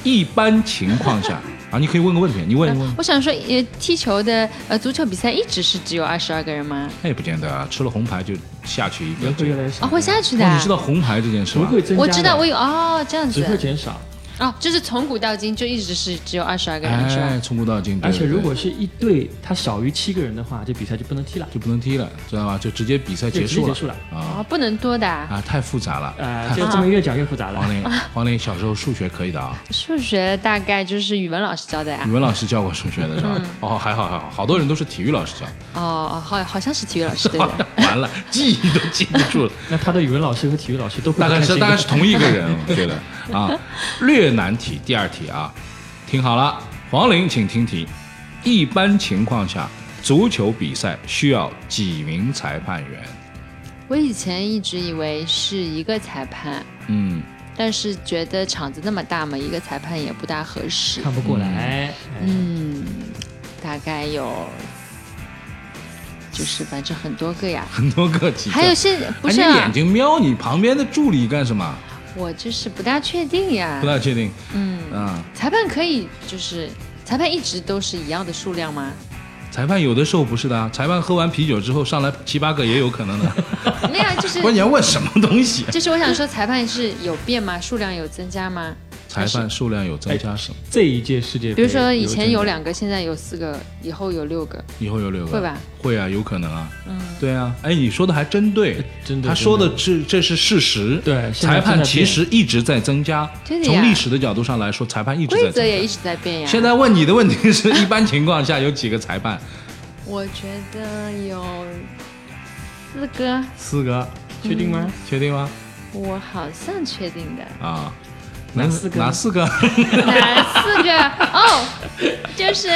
[SPEAKER 1] 一般情况
[SPEAKER 2] *laughs*
[SPEAKER 1] 下啊，你可以问个问题，你问一问。
[SPEAKER 2] 我想说，呃，踢球的呃足球比赛一直是只有二十二个人吗？
[SPEAKER 1] 那也不见得啊，吃了红牌就下去一个
[SPEAKER 3] 人。会越来越少
[SPEAKER 2] 啊，会下去的
[SPEAKER 1] 哦，
[SPEAKER 2] 啊。
[SPEAKER 1] 你知道红牌这件事
[SPEAKER 3] 只
[SPEAKER 1] 吗？
[SPEAKER 3] 会增加的，
[SPEAKER 2] 我知道，我有哦，这样
[SPEAKER 3] 只
[SPEAKER 2] 子
[SPEAKER 3] 会减少。
[SPEAKER 2] 哦，就是从古到今就一直是只有二十二个人，是
[SPEAKER 1] 哎，
[SPEAKER 2] 吧？
[SPEAKER 1] 从古到今。对
[SPEAKER 3] 而且
[SPEAKER 1] 对对
[SPEAKER 3] 如果是一队他少于七个人的话，这比赛就不能踢了，
[SPEAKER 1] 就不能踢了，知道吧？就直接比赛
[SPEAKER 3] 就
[SPEAKER 1] 结
[SPEAKER 3] 直接
[SPEAKER 1] 束了。
[SPEAKER 3] 结束了。
[SPEAKER 2] 哦
[SPEAKER 1] 啊，
[SPEAKER 2] 不能多的啊，
[SPEAKER 1] 啊，太复杂了。
[SPEAKER 3] 呃，
[SPEAKER 1] 太
[SPEAKER 3] 这这么越讲越复杂了
[SPEAKER 1] 黄。玲，黄玲小时候数学可以的啊，
[SPEAKER 2] 数学大概就是语文老师教的呀
[SPEAKER 1] 语。文老师教过数学的是吧？哦，还好还好，好多人都是体育老师教。
[SPEAKER 2] 哦，哦好，好像是体育老师
[SPEAKER 1] *laughs*
[SPEAKER 2] 对的。
[SPEAKER 1] 完了，记忆都记不住了，
[SPEAKER 3] 那他的语文老师和体育老师都会
[SPEAKER 1] 大概
[SPEAKER 3] 看这
[SPEAKER 1] 是
[SPEAKER 3] 个
[SPEAKER 1] 大概是同一个人，我觉得啊。略难题，第二题啊，听好了，黄玲，请听题。一般情况下，足球比赛需要几名裁判员？
[SPEAKER 2] 我以前一直以为是一个裁判，
[SPEAKER 1] 嗯，
[SPEAKER 2] 但是觉得场子那么大嘛，一个裁判也不大合适。
[SPEAKER 3] 看不过来。
[SPEAKER 2] 嗯，
[SPEAKER 3] 嗯，
[SPEAKER 2] 大概有，就是反正很多个呀。
[SPEAKER 1] 很多个几个。
[SPEAKER 2] 还有现不
[SPEAKER 1] 哎
[SPEAKER 2] 是、
[SPEAKER 1] 你
[SPEAKER 2] 啊
[SPEAKER 1] 眼，睛瞄你旁边的助理干什么？
[SPEAKER 2] 我就是不大确定呀
[SPEAKER 1] 不。太确定。
[SPEAKER 2] 嗯，
[SPEAKER 1] 啊，
[SPEAKER 2] 裁判可以就是裁判一直都是一样的数
[SPEAKER 1] *laughs*
[SPEAKER 2] 量吗？
[SPEAKER 1] 裁判有的时候不是的啊，裁判喝完啤酒之后上来七八个也有可能
[SPEAKER 2] *laughs*
[SPEAKER 1] 的。
[SPEAKER 2] 没有啊，就是
[SPEAKER 1] 关键问什么东
[SPEAKER 2] *laughs*
[SPEAKER 1] 西？
[SPEAKER 2] 就是我想说，裁判是有变吗？数量有增加吗？
[SPEAKER 1] 裁判数量有增
[SPEAKER 2] 哎
[SPEAKER 1] 加什么？
[SPEAKER 3] 这一届世界杯，
[SPEAKER 2] 比如说以前有
[SPEAKER 3] 两。
[SPEAKER 2] 两个，现在有四个，以后有六个。
[SPEAKER 1] 以后有六个
[SPEAKER 2] 会吧？
[SPEAKER 1] 会啊，有可能啊。嗯，对啊。哎，你说的还真对，
[SPEAKER 3] 哎真的
[SPEAKER 1] 他说的是这是事实。
[SPEAKER 3] 对现在
[SPEAKER 1] 裁判
[SPEAKER 3] 正在变
[SPEAKER 1] 其实一直在增加。
[SPEAKER 2] 对的呀
[SPEAKER 1] 从历史的角度上来说，裁判一直
[SPEAKER 2] 规
[SPEAKER 1] 在
[SPEAKER 2] 则也
[SPEAKER 1] 增
[SPEAKER 2] 一
[SPEAKER 1] 加。
[SPEAKER 2] 直在变呀。
[SPEAKER 1] 现在问你的问题是一般情况下有几个裁判？
[SPEAKER 2] 我觉得有四个，
[SPEAKER 1] 四个，
[SPEAKER 3] 确定
[SPEAKER 2] 嗯
[SPEAKER 3] 吗？
[SPEAKER 1] 确定吗？。
[SPEAKER 2] 我好像确定的
[SPEAKER 1] *laughs* 啊，
[SPEAKER 3] 哪
[SPEAKER 1] 哪
[SPEAKER 3] 四个呢
[SPEAKER 1] 哪四个？
[SPEAKER 2] 哪四个？哦，就是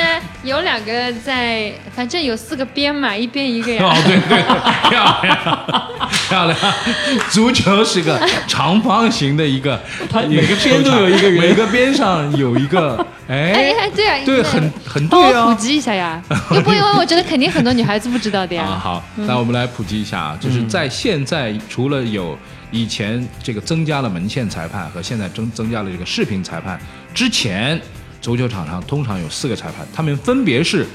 [SPEAKER 2] 有两个在，反正有四个边嘛，一边一个
[SPEAKER 1] *laughs* 哦
[SPEAKER 2] 呀。，
[SPEAKER 1] 对对，对漂亮，漂亮。足球是个长方形的一个，
[SPEAKER 3] 它
[SPEAKER 1] 一
[SPEAKER 3] 每个
[SPEAKER 1] 球
[SPEAKER 3] 边都
[SPEAKER 1] 场
[SPEAKER 3] 有一个人
[SPEAKER 1] 每个边上有一个，哎
[SPEAKER 2] 哎，哎，对啊，
[SPEAKER 1] 对，
[SPEAKER 2] 那
[SPEAKER 1] 很很
[SPEAKER 2] 帮
[SPEAKER 1] 对
[SPEAKER 2] 我普
[SPEAKER 1] 啊。
[SPEAKER 2] 及一下呀，又不因为我觉得肯定很多女孩子不知道的
[SPEAKER 1] 啊，
[SPEAKER 2] 呀。
[SPEAKER 1] 好，那我们来普及一下啊，就是在现在除了有以前这个增加了门线裁判和现在增增加了这个视频裁判之前，足球场上通常有四个裁判，他们分别是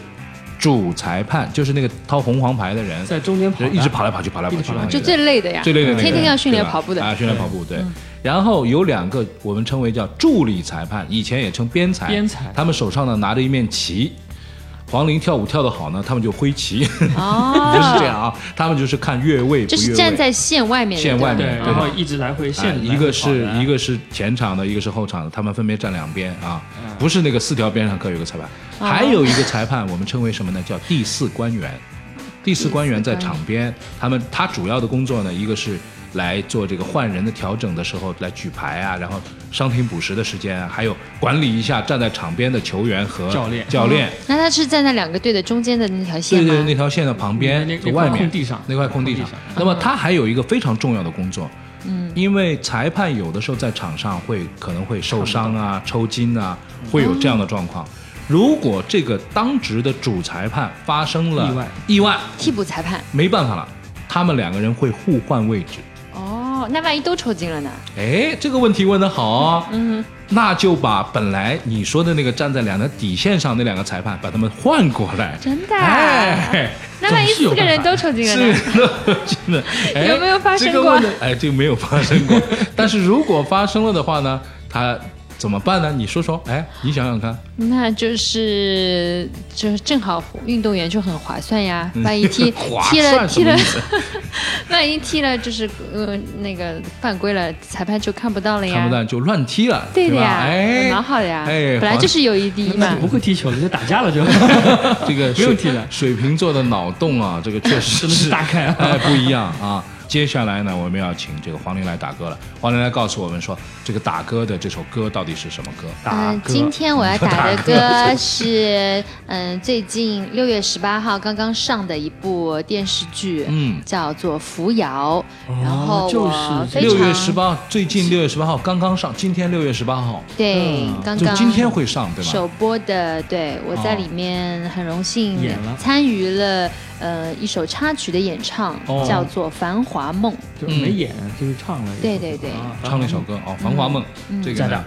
[SPEAKER 1] 主裁判，就是那个掏红黄牌的人，
[SPEAKER 3] 在中间跑
[SPEAKER 1] 就
[SPEAKER 3] 的，
[SPEAKER 1] 一直跑来跑去，跑来跑
[SPEAKER 3] 一直
[SPEAKER 1] 去
[SPEAKER 3] 跑来，跑
[SPEAKER 1] 跑
[SPEAKER 3] 去
[SPEAKER 1] 去
[SPEAKER 2] 就最累的呀，
[SPEAKER 1] 最累的那个人
[SPEAKER 2] 天天要训练
[SPEAKER 1] 对吧
[SPEAKER 2] 跑步的嗯
[SPEAKER 1] 啊，训练跑步对。然后有两个我们称为叫助理裁判，以前也称编裁，
[SPEAKER 3] 编裁
[SPEAKER 1] 他们手上呢拿着一面旗。黄龄跳舞跳得好呢，他们就挥旗， *laughs* 就
[SPEAKER 2] 哦，
[SPEAKER 1] 是这样啊。他们就是看越位不
[SPEAKER 2] 就
[SPEAKER 1] 越位，
[SPEAKER 2] 是站在线外面的，
[SPEAKER 1] 线
[SPEAKER 2] 对吧
[SPEAKER 1] 外面
[SPEAKER 3] 对，
[SPEAKER 1] 对
[SPEAKER 3] 然后一直来回
[SPEAKER 1] 哎
[SPEAKER 3] 线，
[SPEAKER 1] 一个是一
[SPEAKER 3] 个
[SPEAKER 1] 个是前场的，一个是后场的，他们分别站两边啊，
[SPEAKER 3] 嗯
[SPEAKER 1] 不是那个四条边上各有一个裁判，
[SPEAKER 3] 哦
[SPEAKER 1] 还有一个裁判我们称为什么呢？叫第四官员。第四官员在场边，他们他主要的工作呢，一个是来做这个换人的调整的时候来举牌啊，然后伤停补时的时间啊，还有管理一下站在场边的球员和
[SPEAKER 3] 教练
[SPEAKER 1] 教
[SPEAKER 3] *laughs*
[SPEAKER 1] 练。
[SPEAKER 2] 那他是站在两个队的中间的那条线
[SPEAKER 1] 对
[SPEAKER 2] 吗？
[SPEAKER 1] 对，那条线的旁边
[SPEAKER 3] 嗯那那
[SPEAKER 1] 就
[SPEAKER 3] 那块
[SPEAKER 1] 外面
[SPEAKER 3] 空地上
[SPEAKER 1] 那块空地上
[SPEAKER 3] 空地上。
[SPEAKER 1] 那么他还有一个非常重要的工作，嗯，因为裁判有的时候在场上会可能会受伤啊、抽筋啊，
[SPEAKER 3] 嗯
[SPEAKER 1] 会有这样的状况。如果这个当值的主裁判发生了
[SPEAKER 3] 意外
[SPEAKER 1] 意外
[SPEAKER 2] 替补裁判。
[SPEAKER 1] 没办法了，他们两个人会互换位置。
[SPEAKER 2] 哦，那万一都抽筋了呢？
[SPEAKER 1] 哎，这个问题问得好啊！嗯，那就把本来你说的那个站在两条底线上那两个裁判，把他们换过来。
[SPEAKER 2] 真的啊？
[SPEAKER 1] 哎，
[SPEAKER 2] 那万一四个人都抽筋了呢？
[SPEAKER 1] 是 *laughs* 的，真
[SPEAKER 2] *laughs*
[SPEAKER 1] 的。哎、
[SPEAKER 2] 有没有发生
[SPEAKER 1] 这个
[SPEAKER 2] 过
[SPEAKER 1] 问题哎，这个没有发生
[SPEAKER 2] *laughs*
[SPEAKER 1] 过。但是如果发生了的话呢，他怎么办呢？你说说，哎，你想想看，
[SPEAKER 2] 那就是就是正好运动员就很划算呀，万一踢
[SPEAKER 1] 嗯 *laughs* 划
[SPEAKER 2] 踢了
[SPEAKER 1] 算什
[SPEAKER 2] 踢
[SPEAKER 1] 么
[SPEAKER 2] 了 *laughs*
[SPEAKER 1] 意，思？
[SPEAKER 2] 万一踢了就是呃那个犯规了，裁判就看不到了哎呀。
[SPEAKER 1] 看不到就乱踢了，
[SPEAKER 2] 对的
[SPEAKER 1] 吧？
[SPEAKER 2] 呀，
[SPEAKER 1] 哎，
[SPEAKER 2] 蛮好的呀，
[SPEAKER 1] 哎，
[SPEAKER 2] 本来就是有一低嘛
[SPEAKER 3] 不。会踢球了，就打架了就。
[SPEAKER 1] 好
[SPEAKER 3] *laughs*
[SPEAKER 1] 这个
[SPEAKER 3] 不用
[SPEAKER 1] 水
[SPEAKER 3] 踢了
[SPEAKER 1] 水瓶座的脑洞啊，这个确实
[SPEAKER 3] 真
[SPEAKER 2] *laughs*
[SPEAKER 3] 的是大开啊
[SPEAKER 1] 哎，不一样啊。接下来呢，我们要请这个黄龄来打歌了。黄龄来告诉我们说，这个打歌的这首歌到底是什么歌？
[SPEAKER 2] 嗯，今天我要打的歌是，嗯，最近六月十八号刚刚上的一部电视剧，
[SPEAKER 1] 嗯哦
[SPEAKER 2] 叫做《扶摇》，然后
[SPEAKER 3] 就是
[SPEAKER 2] 我非常
[SPEAKER 1] 六月十八，最近六月十八号刚刚上，今天六月十八号，
[SPEAKER 2] 对，刚
[SPEAKER 1] 嗯就
[SPEAKER 2] 刚
[SPEAKER 1] 今天会上对吧？
[SPEAKER 2] 首播的，对我在里面很荣
[SPEAKER 1] 哦
[SPEAKER 2] 幸
[SPEAKER 3] 演了
[SPEAKER 2] 参与了呃一首插曲的演唱，
[SPEAKER 1] 哦
[SPEAKER 2] 叫做《繁华梦》。
[SPEAKER 3] 就没演，就是唱了一首歌。
[SPEAKER 2] 对对对
[SPEAKER 3] 啊
[SPEAKER 1] 唱了一首歌
[SPEAKER 2] 嗯
[SPEAKER 1] 哦，《繁华梦》这个
[SPEAKER 3] 在
[SPEAKER 1] 呢
[SPEAKER 3] 哪，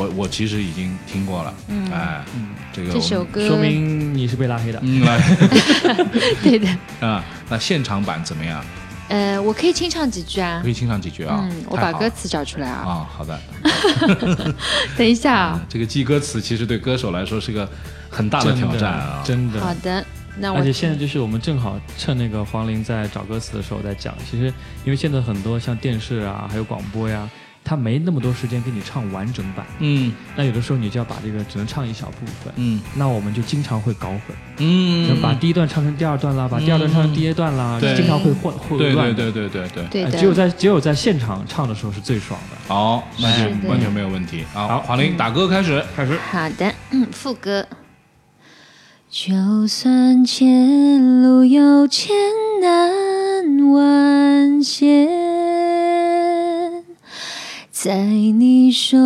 [SPEAKER 1] 我我其实已经听过了，哎，这个
[SPEAKER 2] 嗯这
[SPEAKER 1] 我
[SPEAKER 2] 首
[SPEAKER 1] 们
[SPEAKER 2] 歌
[SPEAKER 3] 说明你是被拉黑的。
[SPEAKER 1] 嗯 *laughs* 来
[SPEAKER 2] *laughs* 对的，
[SPEAKER 1] 啊，那现场版怎么样？
[SPEAKER 2] 呃，我可以清唱几句啊
[SPEAKER 1] 可。以清唱几句啊？
[SPEAKER 2] 嗯，我
[SPEAKER 1] 太
[SPEAKER 2] 把
[SPEAKER 1] 好
[SPEAKER 2] 歌
[SPEAKER 1] 了
[SPEAKER 2] 词找出来啊，
[SPEAKER 1] 啊，好的，
[SPEAKER 2] 等一下啊。
[SPEAKER 1] 这个记歌词其实对歌手来说是个很大的
[SPEAKER 3] 真
[SPEAKER 1] 挑战啊。
[SPEAKER 3] 真的。
[SPEAKER 2] 好的，那我
[SPEAKER 3] 而且现在就是我们正好趁那个黄龄在找歌词的时候在讲，其实因为现在很多像电视啊，还有广播呀、他没那么多时间给你唱完整版，
[SPEAKER 1] 嗯
[SPEAKER 3] 那有的时候你就要把这个只能唱一小部分。
[SPEAKER 1] 嗯
[SPEAKER 3] 那我们就经常会搞混，就
[SPEAKER 1] 嗯，
[SPEAKER 3] 把第一段唱成第二段啦，把第二段唱成第一段啦，
[SPEAKER 1] 对
[SPEAKER 3] 经常会混混
[SPEAKER 1] 对
[SPEAKER 3] 乱
[SPEAKER 1] 对
[SPEAKER 3] 的。
[SPEAKER 1] 对对对对，
[SPEAKER 2] 对
[SPEAKER 3] 哎
[SPEAKER 2] 的，
[SPEAKER 3] 只有在只有在现场唱的时候是最爽的。
[SPEAKER 1] 好，那就是
[SPEAKER 2] 的
[SPEAKER 1] 完全没有问题啊。
[SPEAKER 3] 好
[SPEAKER 1] 黄龄打歌开始，
[SPEAKER 3] 开始，
[SPEAKER 2] 好的，嗯，副歌。
[SPEAKER 7] 就算前路有千难万险，在你手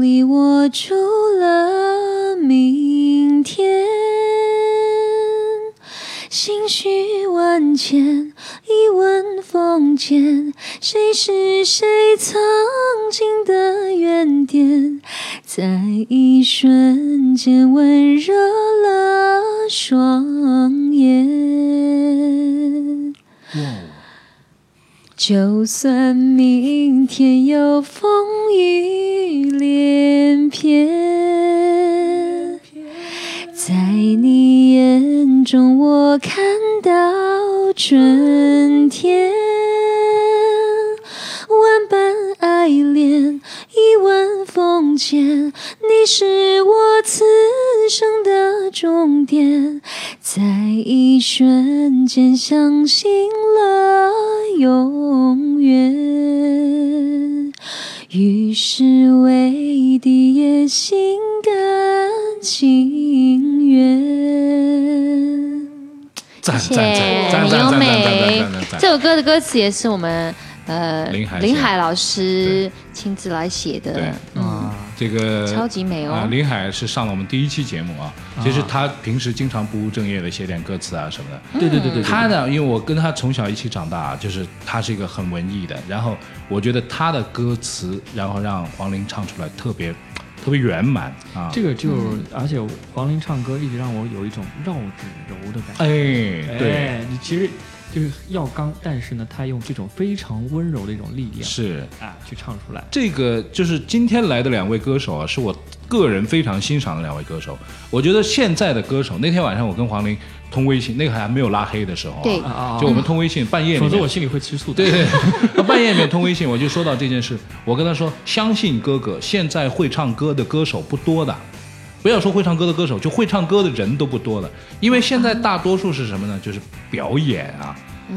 [SPEAKER 7] 里握住了明天。心绪万千，一吻风间，谁是谁曾经的原点，在一瞬间温热了双眼。就算明天有风雨连篇，在你眼中我看到春天。万般爱恋，一吻风间，你是我此生的终点，在一瞬间相信了永远。于是为的也心甘情愿。
[SPEAKER 1] 赞
[SPEAKER 2] 谢
[SPEAKER 1] 赞赞赞赞
[SPEAKER 2] 优
[SPEAKER 1] 赞赞
[SPEAKER 2] 美
[SPEAKER 1] 赞赞赞。
[SPEAKER 2] 这首歌的歌词也是我们呃
[SPEAKER 1] 林海
[SPEAKER 2] 林
[SPEAKER 1] 写
[SPEAKER 2] 海老师亲自来写的
[SPEAKER 1] 对，
[SPEAKER 2] 嗯，
[SPEAKER 3] 啊
[SPEAKER 1] 这个
[SPEAKER 2] 超级美哦
[SPEAKER 1] 啊、林海是上了我们第一期节目啊。其实他平时经常不务正业的写点歌词啊什么的。
[SPEAKER 3] 对对对对，对
[SPEAKER 1] 他呢，因为我跟他从小一起长大，啊就是他是一个很文艺的，然后我觉得他的歌词，然后让黄龄唱出来特别特别圆满啊。
[SPEAKER 3] 这个就，而且黄龄唱歌一直让我有一种绕指柔的感觉。
[SPEAKER 1] 哎，对，
[SPEAKER 3] 哎，你其实就是要刚，但是呢，他用这种非常温柔的一种力量，
[SPEAKER 1] 是
[SPEAKER 3] 啊，去唱出来。
[SPEAKER 1] 这个就是今天来的两位歌手啊，是我个人非常欣赏的两位歌手。我觉得现在的歌手，那天晚上我跟黄龄通微信，那个还没有拉黑的时候、啊，
[SPEAKER 7] 对
[SPEAKER 3] 啊啊！啊
[SPEAKER 1] 就我们通微信，半夜里
[SPEAKER 3] 否则
[SPEAKER 1] 面
[SPEAKER 3] 我心里会吃醋的。
[SPEAKER 1] 对， *laughs* 对，半夜里面通微信，我就说到这件事，我跟他说，相信哥哥，现在会唱歌的歌手不多的，不要说会唱歌的歌手，就会唱歌的人都不多的，因为现在大多数是什么呢？就是表演啊。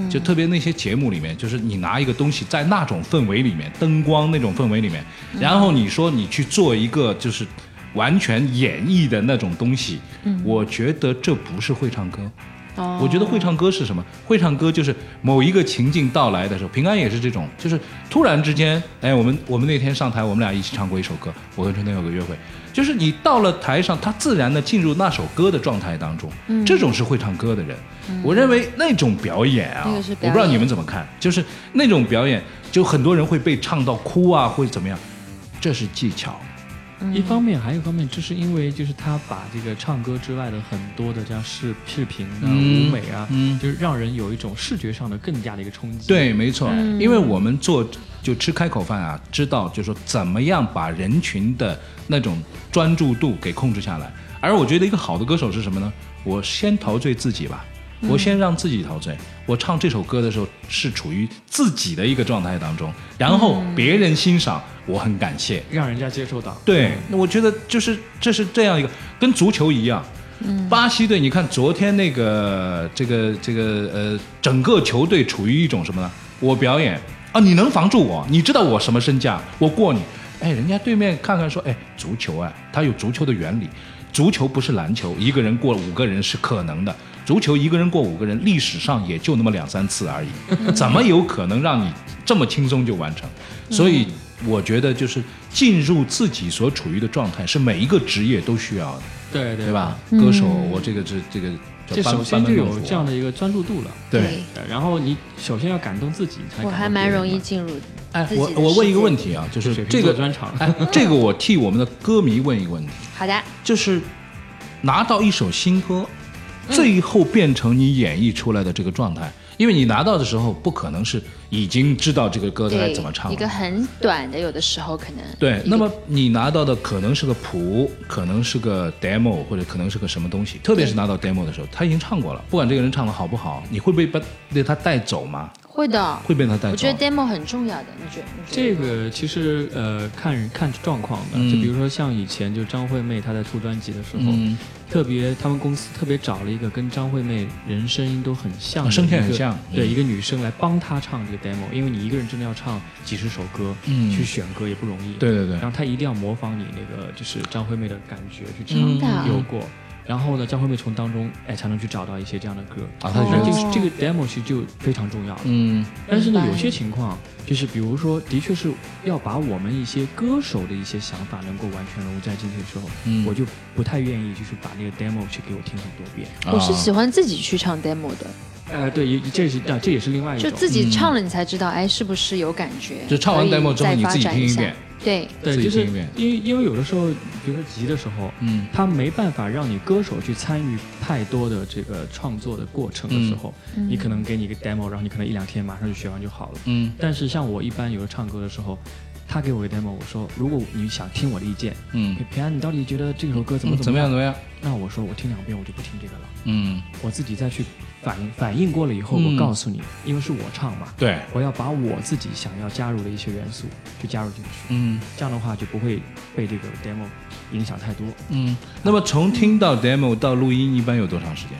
[SPEAKER 1] 就特别那些节目里面，就是你拿一个东西在那种氛围里面，灯光那种氛围里面，然后你说你去做一个就是完全演绎的那种东西，我觉得这不是会唱歌，
[SPEAKER 7] 哦
[SPEAKER 1] 我觉得会唱歌是什么？会唱歌就是某一个情境到来的时候，平安也是这种，就是突然之间，哎，我们我们那天上台，我们俩一起唱过一首歌，我跟春天有个约会，就是你到了台上，他自然的进入那首歌的状态当中，
[SPEAKER 7] 嗯
[SPEAKER 1] 这种是会唱歌的人，我认为那种表演啊，
[SPEAKER 7] 那个是表
[SPEAKER 1] 我
[SPEAKER 7] 演
[SPEAKER 1] 不知道你们怎么看，就是那种表演，就很多人会被唱到哭啊，会怎么样，这是技巧，
[SPEAKER 3] 一方面，还有一方面，就是因为就是他把这个唱歌之外的很多的这样视视频啊、
[SPEAKER 1] 嗯
[SPEAKER 3] 舞美啊，
[SPEAKER 1] 嗯
[SPEAKER 3] 就是让人有一种视觉上的更大的一个冲击。
[SPEAKER 1] 对，没错，因为我们做就吃开口饭啊，知道就说怎么样把人群的那种专注度给控制下来。而我觉得一个好的歌手是什么呢？我先陶醉自己吧，我先让自己陶醉。我唱这首歌的时候是处于自己的一个状态当中，然后别人欣赏，我很感谢。
[SPEAKER 3] 让人家接受到。
[SPEAKER 1] 对，那我觉得就是这是这样一个跟足球一样。巴西队，你看昨天那个这个这个呃，整个球队处于一种什么呢？我表演啊，你能防住我，你知道我什么身价，我过你。哎，人家对面看看说，哎，足球啊，它有足球的原理，足球不是篮球，一个人过五个人是可能的，足球一个人过五个人，历史上也就那么两三次而已，怎么有可能让你这么轻松就完成？嗯所
[SPEAKER 7] 嗯
[SPEAKER 1] 以我觉得就是进入自己所处于的状态，是每一个职业都需要的。
[SPEAKER 3] 对对
[SPEAKER 1] 对？吧？
[SPEAKER 7] 嗯
[SPEAKER 1] 歌手，我这个这这个叫
[SPEAKER 3] 这
[SPEAKER 1] 班
[SPEAKER 3] 首先就
[SPEAKER 1] 班门弄
[SPEAKER 3] 有
[SPEAKER 1] 斧啊
[SPEAKER 3] 这样的一个专注度了。
[SPEAKER 1] 对。
[SPEAKER 3] 对然后你首先要感动自己，你才
[SPEAKER 7] 我
[SPEAKER 3] 感
[SPEAKER 7] 还
[SPEAKER 3] 动
[SPEAKER 7] 蛮
[SPEAKER 3] 别人
[SPEAKER 7] 容易
[SPEAKER 3] 嘛
[SPEAKER 7] 进入自己的
[SPEAKER 1] 哎
[SPEAKER 7] 世，界。
[SPEAKER 1] 我我问一个问题啊，就是
[SPEAKER 3] 水瓶
[SPEAKER 1] 这
[SPEAKER 3] 座
[SPEAKER 1] 个
[SPEAKER 3] 专场
[SPEAKER 1] 哎，这个我替我们的歌迷问一个问题，
[SPEAKER 7] 好的，
[SPEAKER 1] 就是拿到一首新歌，
[SPEAKER 7] 嗯
[SPEAKER 1] 最后变成你演绎出来的这个状态，因为你拿到的时候不可能是已经知道这个歌该
[SPEAKER 7] 对，
[SPEAKER 1] 怎么唱
[SPEAKER 7] 一个
[SPEAKER 1] 了。
[SPEAKER 7] 很短的，有的时候可能
[SPEAKER 1] 对，
[SPEAKER 7] 一个
[SPEAKER 1] 那么你拿到的可能是个谱，可能是个 demo，或者可能是个什么东西。特别是拿到 demo 的时候，他已经唱过了，不管这个人唱的好不好，你会被被被他带走吗？
[SPEAKER 7] 会的，
[SPEAKER 1] 会被他带走吗？
[SPEAKER 7] 我觉得 demo 很重要的，你觉你觉得
[SPEAKER 3] 这个其实呃看看状况的，
[SPEAKER 1] 嗯
[SPEAKER 3] 就比如说像以前就张惠妹她在出专辑的时候，
[SPEAKER 1] 嗯
[SPEAKER 3] 特别他们公司特别找了一个跟张惠妹人声音都很像
[SPEAKER 1] 啊
[SPEAKER 3] 的一个，
[SPEAKER 1] 声线很像
[SPEAKER 3] 对、
[SPEAKER 1] 嗯
[SPEAKER 3] 一个女生来帮她唱这个 demo，因为你一个人真的要唱几十首歌，
[SPEAKER 1] 嗯
[SPEAKER 3] 去选歌也不容易，
[SPEAKER 1] 对对对啊
[SPEAKER 3] 然后她一定要模仿你那个就是张惠妹的感觉去唱，
[SPEAKER 1] 嗯
[SPEAKER 7] 真的啊
[SPEAKER 3] 有过。然后呢，张惠妹从当中哎才能去找到一些这样的歌，
[SPEAKER 1] 啊，他就觉
[SPEAKER 3] 那
[SPEAKER 1] 得
[SPEAKER 3] 这个这个 demo 其实就非常重要了。
[SPEAKER 1] 嗯
[SPEAKER 3] 但是呢
[SPEAKER 7] 明，白
[SPEAKER 3] 有些情况就是，比如说，的确是要把我们一些歌手的一些想法能够完全融入在进去之后，
[SPEAKER 1] 嗯
[SPEAKER 3] 我就不太愿意就是把那个 demo 去给我听很多遍。
[SPEAKER 1] 啊
[SPEAKER 7] 我是喜欢自己去唱 demo 的，
[SPEAKER 3] 呃，对，也这是啊，这也是另外一
[SPEAKER 7] 就
[SPEAKER 3] 种。
[SPEAKER 7] 自己
[SPEAKER 1] 嗯
[SPEAKER 7] 唱了你才知道，哎，是不是有感觉？
[SPEAKER 1] 就唱完
[SPEAKER 7] 可以
[SPEAKER 1] demo 之后
[SPEAKER 7] 再
[SPEAKER 1] 你自己
[SPEAKER 7] 发展
[SPEAKER 1] 听一
[SPEAKER 7] 下
[SPEAKER 1] 遍，
[SPEAKER 7] 对，
[SPEAKER 3] 对，
[SPEAKER 1] 自己
[SPEAKER 3] 就是
[SPEAKER 1] 听一遍
[SPEAKER 3] 因为因为有的时候，比如说急的时候，
[SPEAKER 1] 嗯
[SPEAKER 3] 他没办法让你歌手去参与太多的这个创作的过程
[SPEAKER 1] 嗯
[SPEAKER 3] 的时候，你可能给你一个 demo，然后你可能一两天马上就学完就好了。
[SPEAKER 1] 嗯
[SPEAKER 3] 但是像我一般有时候唱歌的时候，他给我个 demo，我说如果你想听我的意见，哎
[SPEAKER 1] 嗯
[SPEAKER 3] 平安，你到底觉得这首歌怎么
[SPEAKER 1] 嗯怎么样怎
[SPEAKER 3] 么
[SPEAKER 1] 么样？
[SPEAKER 3] 那我说我听两遍我就不听这个了，
[SPEAKER 1] 嗯，
[SPEAKER 3] 我自己再去反应反应过了以后，
[SPEAKER 1] 嗯
[SPEAKER 3] 我告诉你，因为是我唱嘛，
[SPEAKER 1] 对，
[SPEAKER 3] 我要把我自己想要加入的一些元素去加入进去，
[SPEAKER 1] 嗯
[SPEAKER 3] 这样的话就不会被这个 demo 影响太多。
[SPEAKER 1] 嗯。那么从听到 demo 到录音一般有多长时间？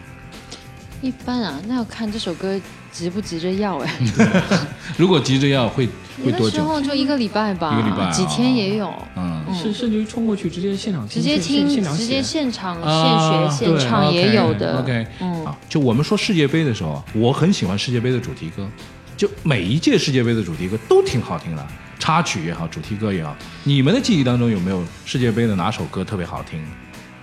[SPEAKER 7] 一般啊，那要看这首歌急不急着要哎，
[SPEAKER 1] 如果急着要会会
[SPEAKER 7] 有
[SPEAKER 1] 多
[SPEAKER 7] 的时
[SPEAKER 1] 久？
[SPEAKER 7] 候就一个礼拜吧，
[SPEAKER 1] 一个礼拜啊
[SPEAKER 7] 几天也有，
[SPEAKER 1] 嗯，
[SPEAKER 3] 是甚至于冲过去直接现场
[SPEAKER 7] 直接听
[SPEAKER 3] 现现场
[SPEAKER 7] 直接
[SPEAKER 3] 写。
[SPEAKER 7] 现场
[SPEAKER 1] 啊
[SPEAKER 7] 现学现
[SPEAKER 1] 对
[SPEAKER 7] 唱
[SPEAKER 1] OK，
[SPEAKER 7] 也有的。
[SPEAKER 1] OK，
[SPEAKER 7] 嗯
[SPEAKER 1] 啊，就我们说世界杯的时候啊，我很喜欢世界杯的主题歌，就每一届世界杯的主题歌都挺好听的，插曲也好，主题歌也好。你们的记忆当中有没有世界杯的哪首歌特别好听？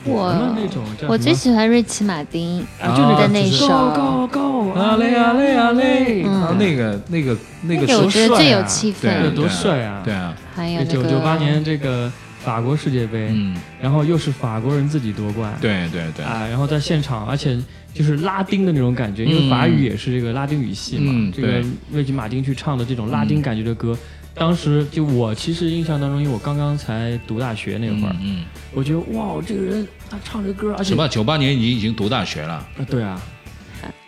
[SPEAKER 7] 我
[SPEAKER 3] 们那种叫
[SPEAKER 7] 我
[SPEAKER 3] 什
[SPEAKER 7] 最
[SPEAKER 3] 么
[SPEAKER 7] 喜欢瑞奇马丁
[SPEAKER 3] 啊就那个
[SPEAKER 7] 的那首，嗯
[SPEAKER 3] Go Go Go，啊嘞啊嘞啊嘞，
[SPEAKER 1] 啊，那个那个那个
[SPEAKER 7] 那个我
[SPEAKER 1] 多
[SPEAKER 7] 觉得
[SPEAKER 1] 帅
[SPEAKER 7] 最
[SPEAKER 1] 啊
[SPEAKER 7] 有气
[SPEAKER 1] 对啊
[SPEAKER 3] 那
[SPEAKER 7] 氛，
[SPEAKER 3] 多帅啊
[SPEAKER 1] 对啊，
[SPEAKER 7] 还有
[SPEAKER 3] 那
[SPEAKER 7] 那
[SPEAKER 3] 九
[SPEAKER 7] 个
[SPEAKER 3] 九八年这个法国世界杯，
[SPEAKER 1] 嗯，
[SPEAKER 3] 然后又是法国人自己夺冠，
[SPEAKER 1] 对对对，
[SPEAKER 3] 啊，然后在现场，而且就是拉丁的那种感觉，因为法语也是这个拉丁语系嘛，
[SPEAKER 1] 嗯
[SPEAKER 3] 这个
[SPEAKER 1] 对嗯
[SPEAKER 3] 魏吉马丁去唱的这种拉丁感觉的歌。当时就我其实印象当中，因为我刚刚才读大学那会儿，
[SPEAKER 1] 嗯，
[SPEAKER 3] 我觉得哇，这个人他唱这歌，而且
[SPEAKER 1] 什么？九八年你已经读大学了，
[SPEAKER 3] 啊，对啊。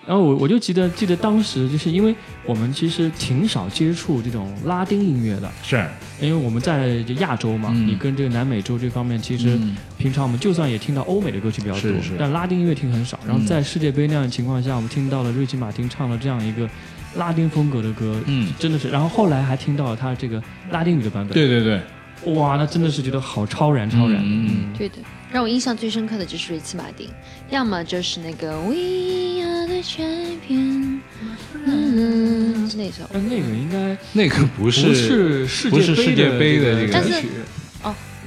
[SPEAKER 3] 然后我我就记得记得当时就是因为我们其实挺少接触这种拉丁音乐的，
[SPEAKER 1] 是，
[SPEAKER 3] 因为我们在这亚洲嘛，
[SPEAKER 1] 嗯
[SPEAKER 3] 你跟这个南美洲这方面，其实
[SPEAKER 1] 嗯
[SPEAKER 3] 平常我们就算也听到欧美的歌曲比较多，
[SPEAKER 1] 是是嗯
[SPEAKER 3] 但拉丁音乐听很少。然后在世界杯那样的情况下，我们听到了瑞奇马丁唱了这样一个拉丁风格的歌，
[SPEAKER 1] 嗯，
[SPEAKER 3] 真的是。然后后来还听到了他这个拉丁语的版本，
[SPEAKER 1] 对对对，
[SPEAKER 3] 哇，那真的是觉得好超然超然。
[SPEAKER 1] 嗯
[SPEAKER 7] 对的，让我印象最深刻的就是瑞奇马丁，要么就是那个 We Are the Champion，嗯，是那首。
[SPEAKER 3] 但那个应该
[SPEAKER 1] 那个不
[SPEAKER 3] 不是世
[SPEAKER 1] 不是世界
[SPEAKER 3] 界
[SPEAKER 1] 杯的
[SPEAKER 3] 这
[SPEAKER 1] 这
[SPEAKER 7] 但
[SPEAKER 1] 个
[SPEAKER 7] 是
[SPEAKER 3] 歌曲。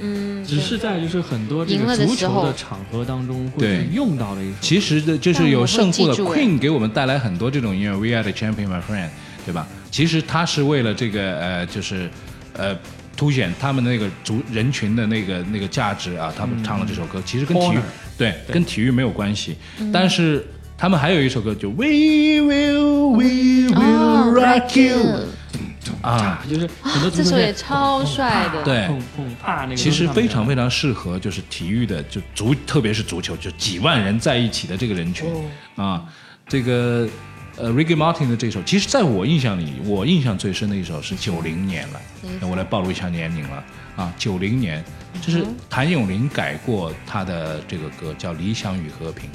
[SPEAKER 7] 嗯，
[SPEAKER 3] 只是在就是很多这
[SPEAKER 7] 赢
[SPEAKER 3] 个
[SPEAKER 7] 了的
[SPEAKER 3] 足
[SPEAKER 7] 时
[SPEAKER 3] 球
[SPEAKER 7] 候
[SPEAKER 3] 的场合当中会
[SPEAKER 1] 对
[SPEAKER 3] 去用到的一首。
[SPEAKER 1] 其实的就是有胜负的
[SPEAKER 7] 但我会记
[SPEAKER 1] Queen 给我们带来很多这种音乐，We are the champion, my friend，对吧？其实他是为了这个呃，就是呃，凸显他们那个族人群的那个那个价值啊，他们唱了这首歌，其实跟体育
[SPEAKER 3] Honor
[SPEAKER 1] 对跟体育没有关系，但是他们还有一首歌就 We will we will
[SPEAKER 7] 哦
[SPEAKER 1] rock
[SPEAKER 7] ，Rock
[SPEAKER 1] you
[SPEAKER 7] You
[SPEAKER 1] 啊，
[SPEAKER 3] 就是很多
[SPEAKER 7] 这首也超帅的
[SPEAKER 1] 对
[SPEAKER 3] 碰碰啪那个，
[SPEAKER 1] 哎其实非常非常适合，就是体育的，就足，特别是足球，就几万人在一起的这个人群、啊。这个呃，Ricky Martin 的这首，其实在我印象里，我印象最深的一首是九零年了
[SPEAKER 7] 哪一，
[SPEAKER 1] 那我来暴露一下年龄了啊，九零年，就是谭咏麟改过他的这个歌，叫《理想与和平》。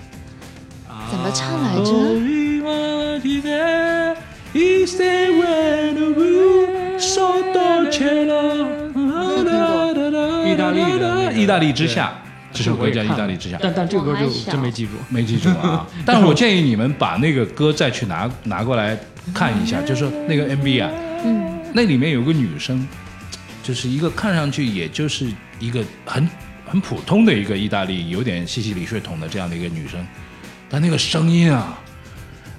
[SPEAKER 7] 怎么唱来
[SPEAKER 3] 哦
[SPEAKER 7] 着？
[SPEAKER 3] 一万匹的一些温度受到牵
[SPEAKER 1] uh,
[SPEAKER 3] 了意大利的那个
[SPEAKER 1] 意大利之下，这首歌叫《
[SPEAKER 3] 我也
[SPEAKER 1] 意
[SPEAKER 3] 看
[SPEAKER 1] 大利之下》。
[SPEAKER 3] 但但这个歌
[SPEAKER 7] 我还
[SPEAKER 3] 就
[SPEAKER 7] 小
[SPEAKER 3] 真没记住。
[SPEAKER 1] 没记住啊。但我建议你们把那个歌再去拿拿过来看一下，就是那个 MV 啊，嗯，那里面有个女生，就是一个看上去也就是一个很很普通的一个意大利，有点西西里血统的这样的一个女生，但那个声音啊。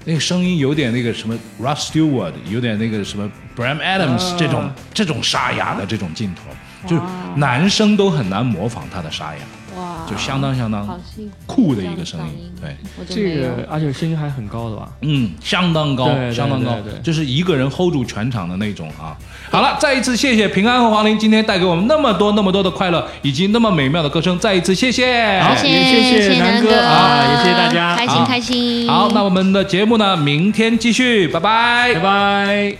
[SPEAKER 1] 那个声音有点那个什么 Rod Stewart，有点那个什么 Bram Adams 这种、这种沙哑的这种镜头，就是男生都很难模仿他的沙哑，
[SPEAKER 7] 哇，
[SPEAKER 1] 就相当相
[SPEAKER 7] 好
[SPEAKER 1] 当
[SPEAKER 7] 幸
[SPEAKER 1] 酷的一个声音，对。，
[SPEAKER 7] 我都没
[SPEAKER 3] 这
[SPEAKER 7] 有
[SPEAKER 3] 个。而且声音还很高的吧？
[SPEAKER 1] 嗯，相当高，
[SPEAKER 3] 对对
[SPEAKER 1] 相当高
[SPEAKER 3] 对对
[SPEAKER 1] 就是一个人 hold 住全场的那种啊。好了，再一次谢谢平安和黄龄今天带给我们那么多那么多的快乐，以及那么美妙的歌声，再一次谢谢。
[SPEAKER 3] 好也谢谢
[SPEAKER 7] 谢
[SPEAKER 3] 南
[SPEAKER 7] 南
[SPEAKER 3] 哥啊也谢谢
[SPEAKER 7] 谢
[SPEAKER 3] 大家
[SPEAKER 7] 开心
[SPEAKER 1] 好
[SPEAKER 7] 开心。
[SPEAKER 1] 好，那我们的节目呢，明天继续，拜拜
[SPEAKER 3] 拜拜。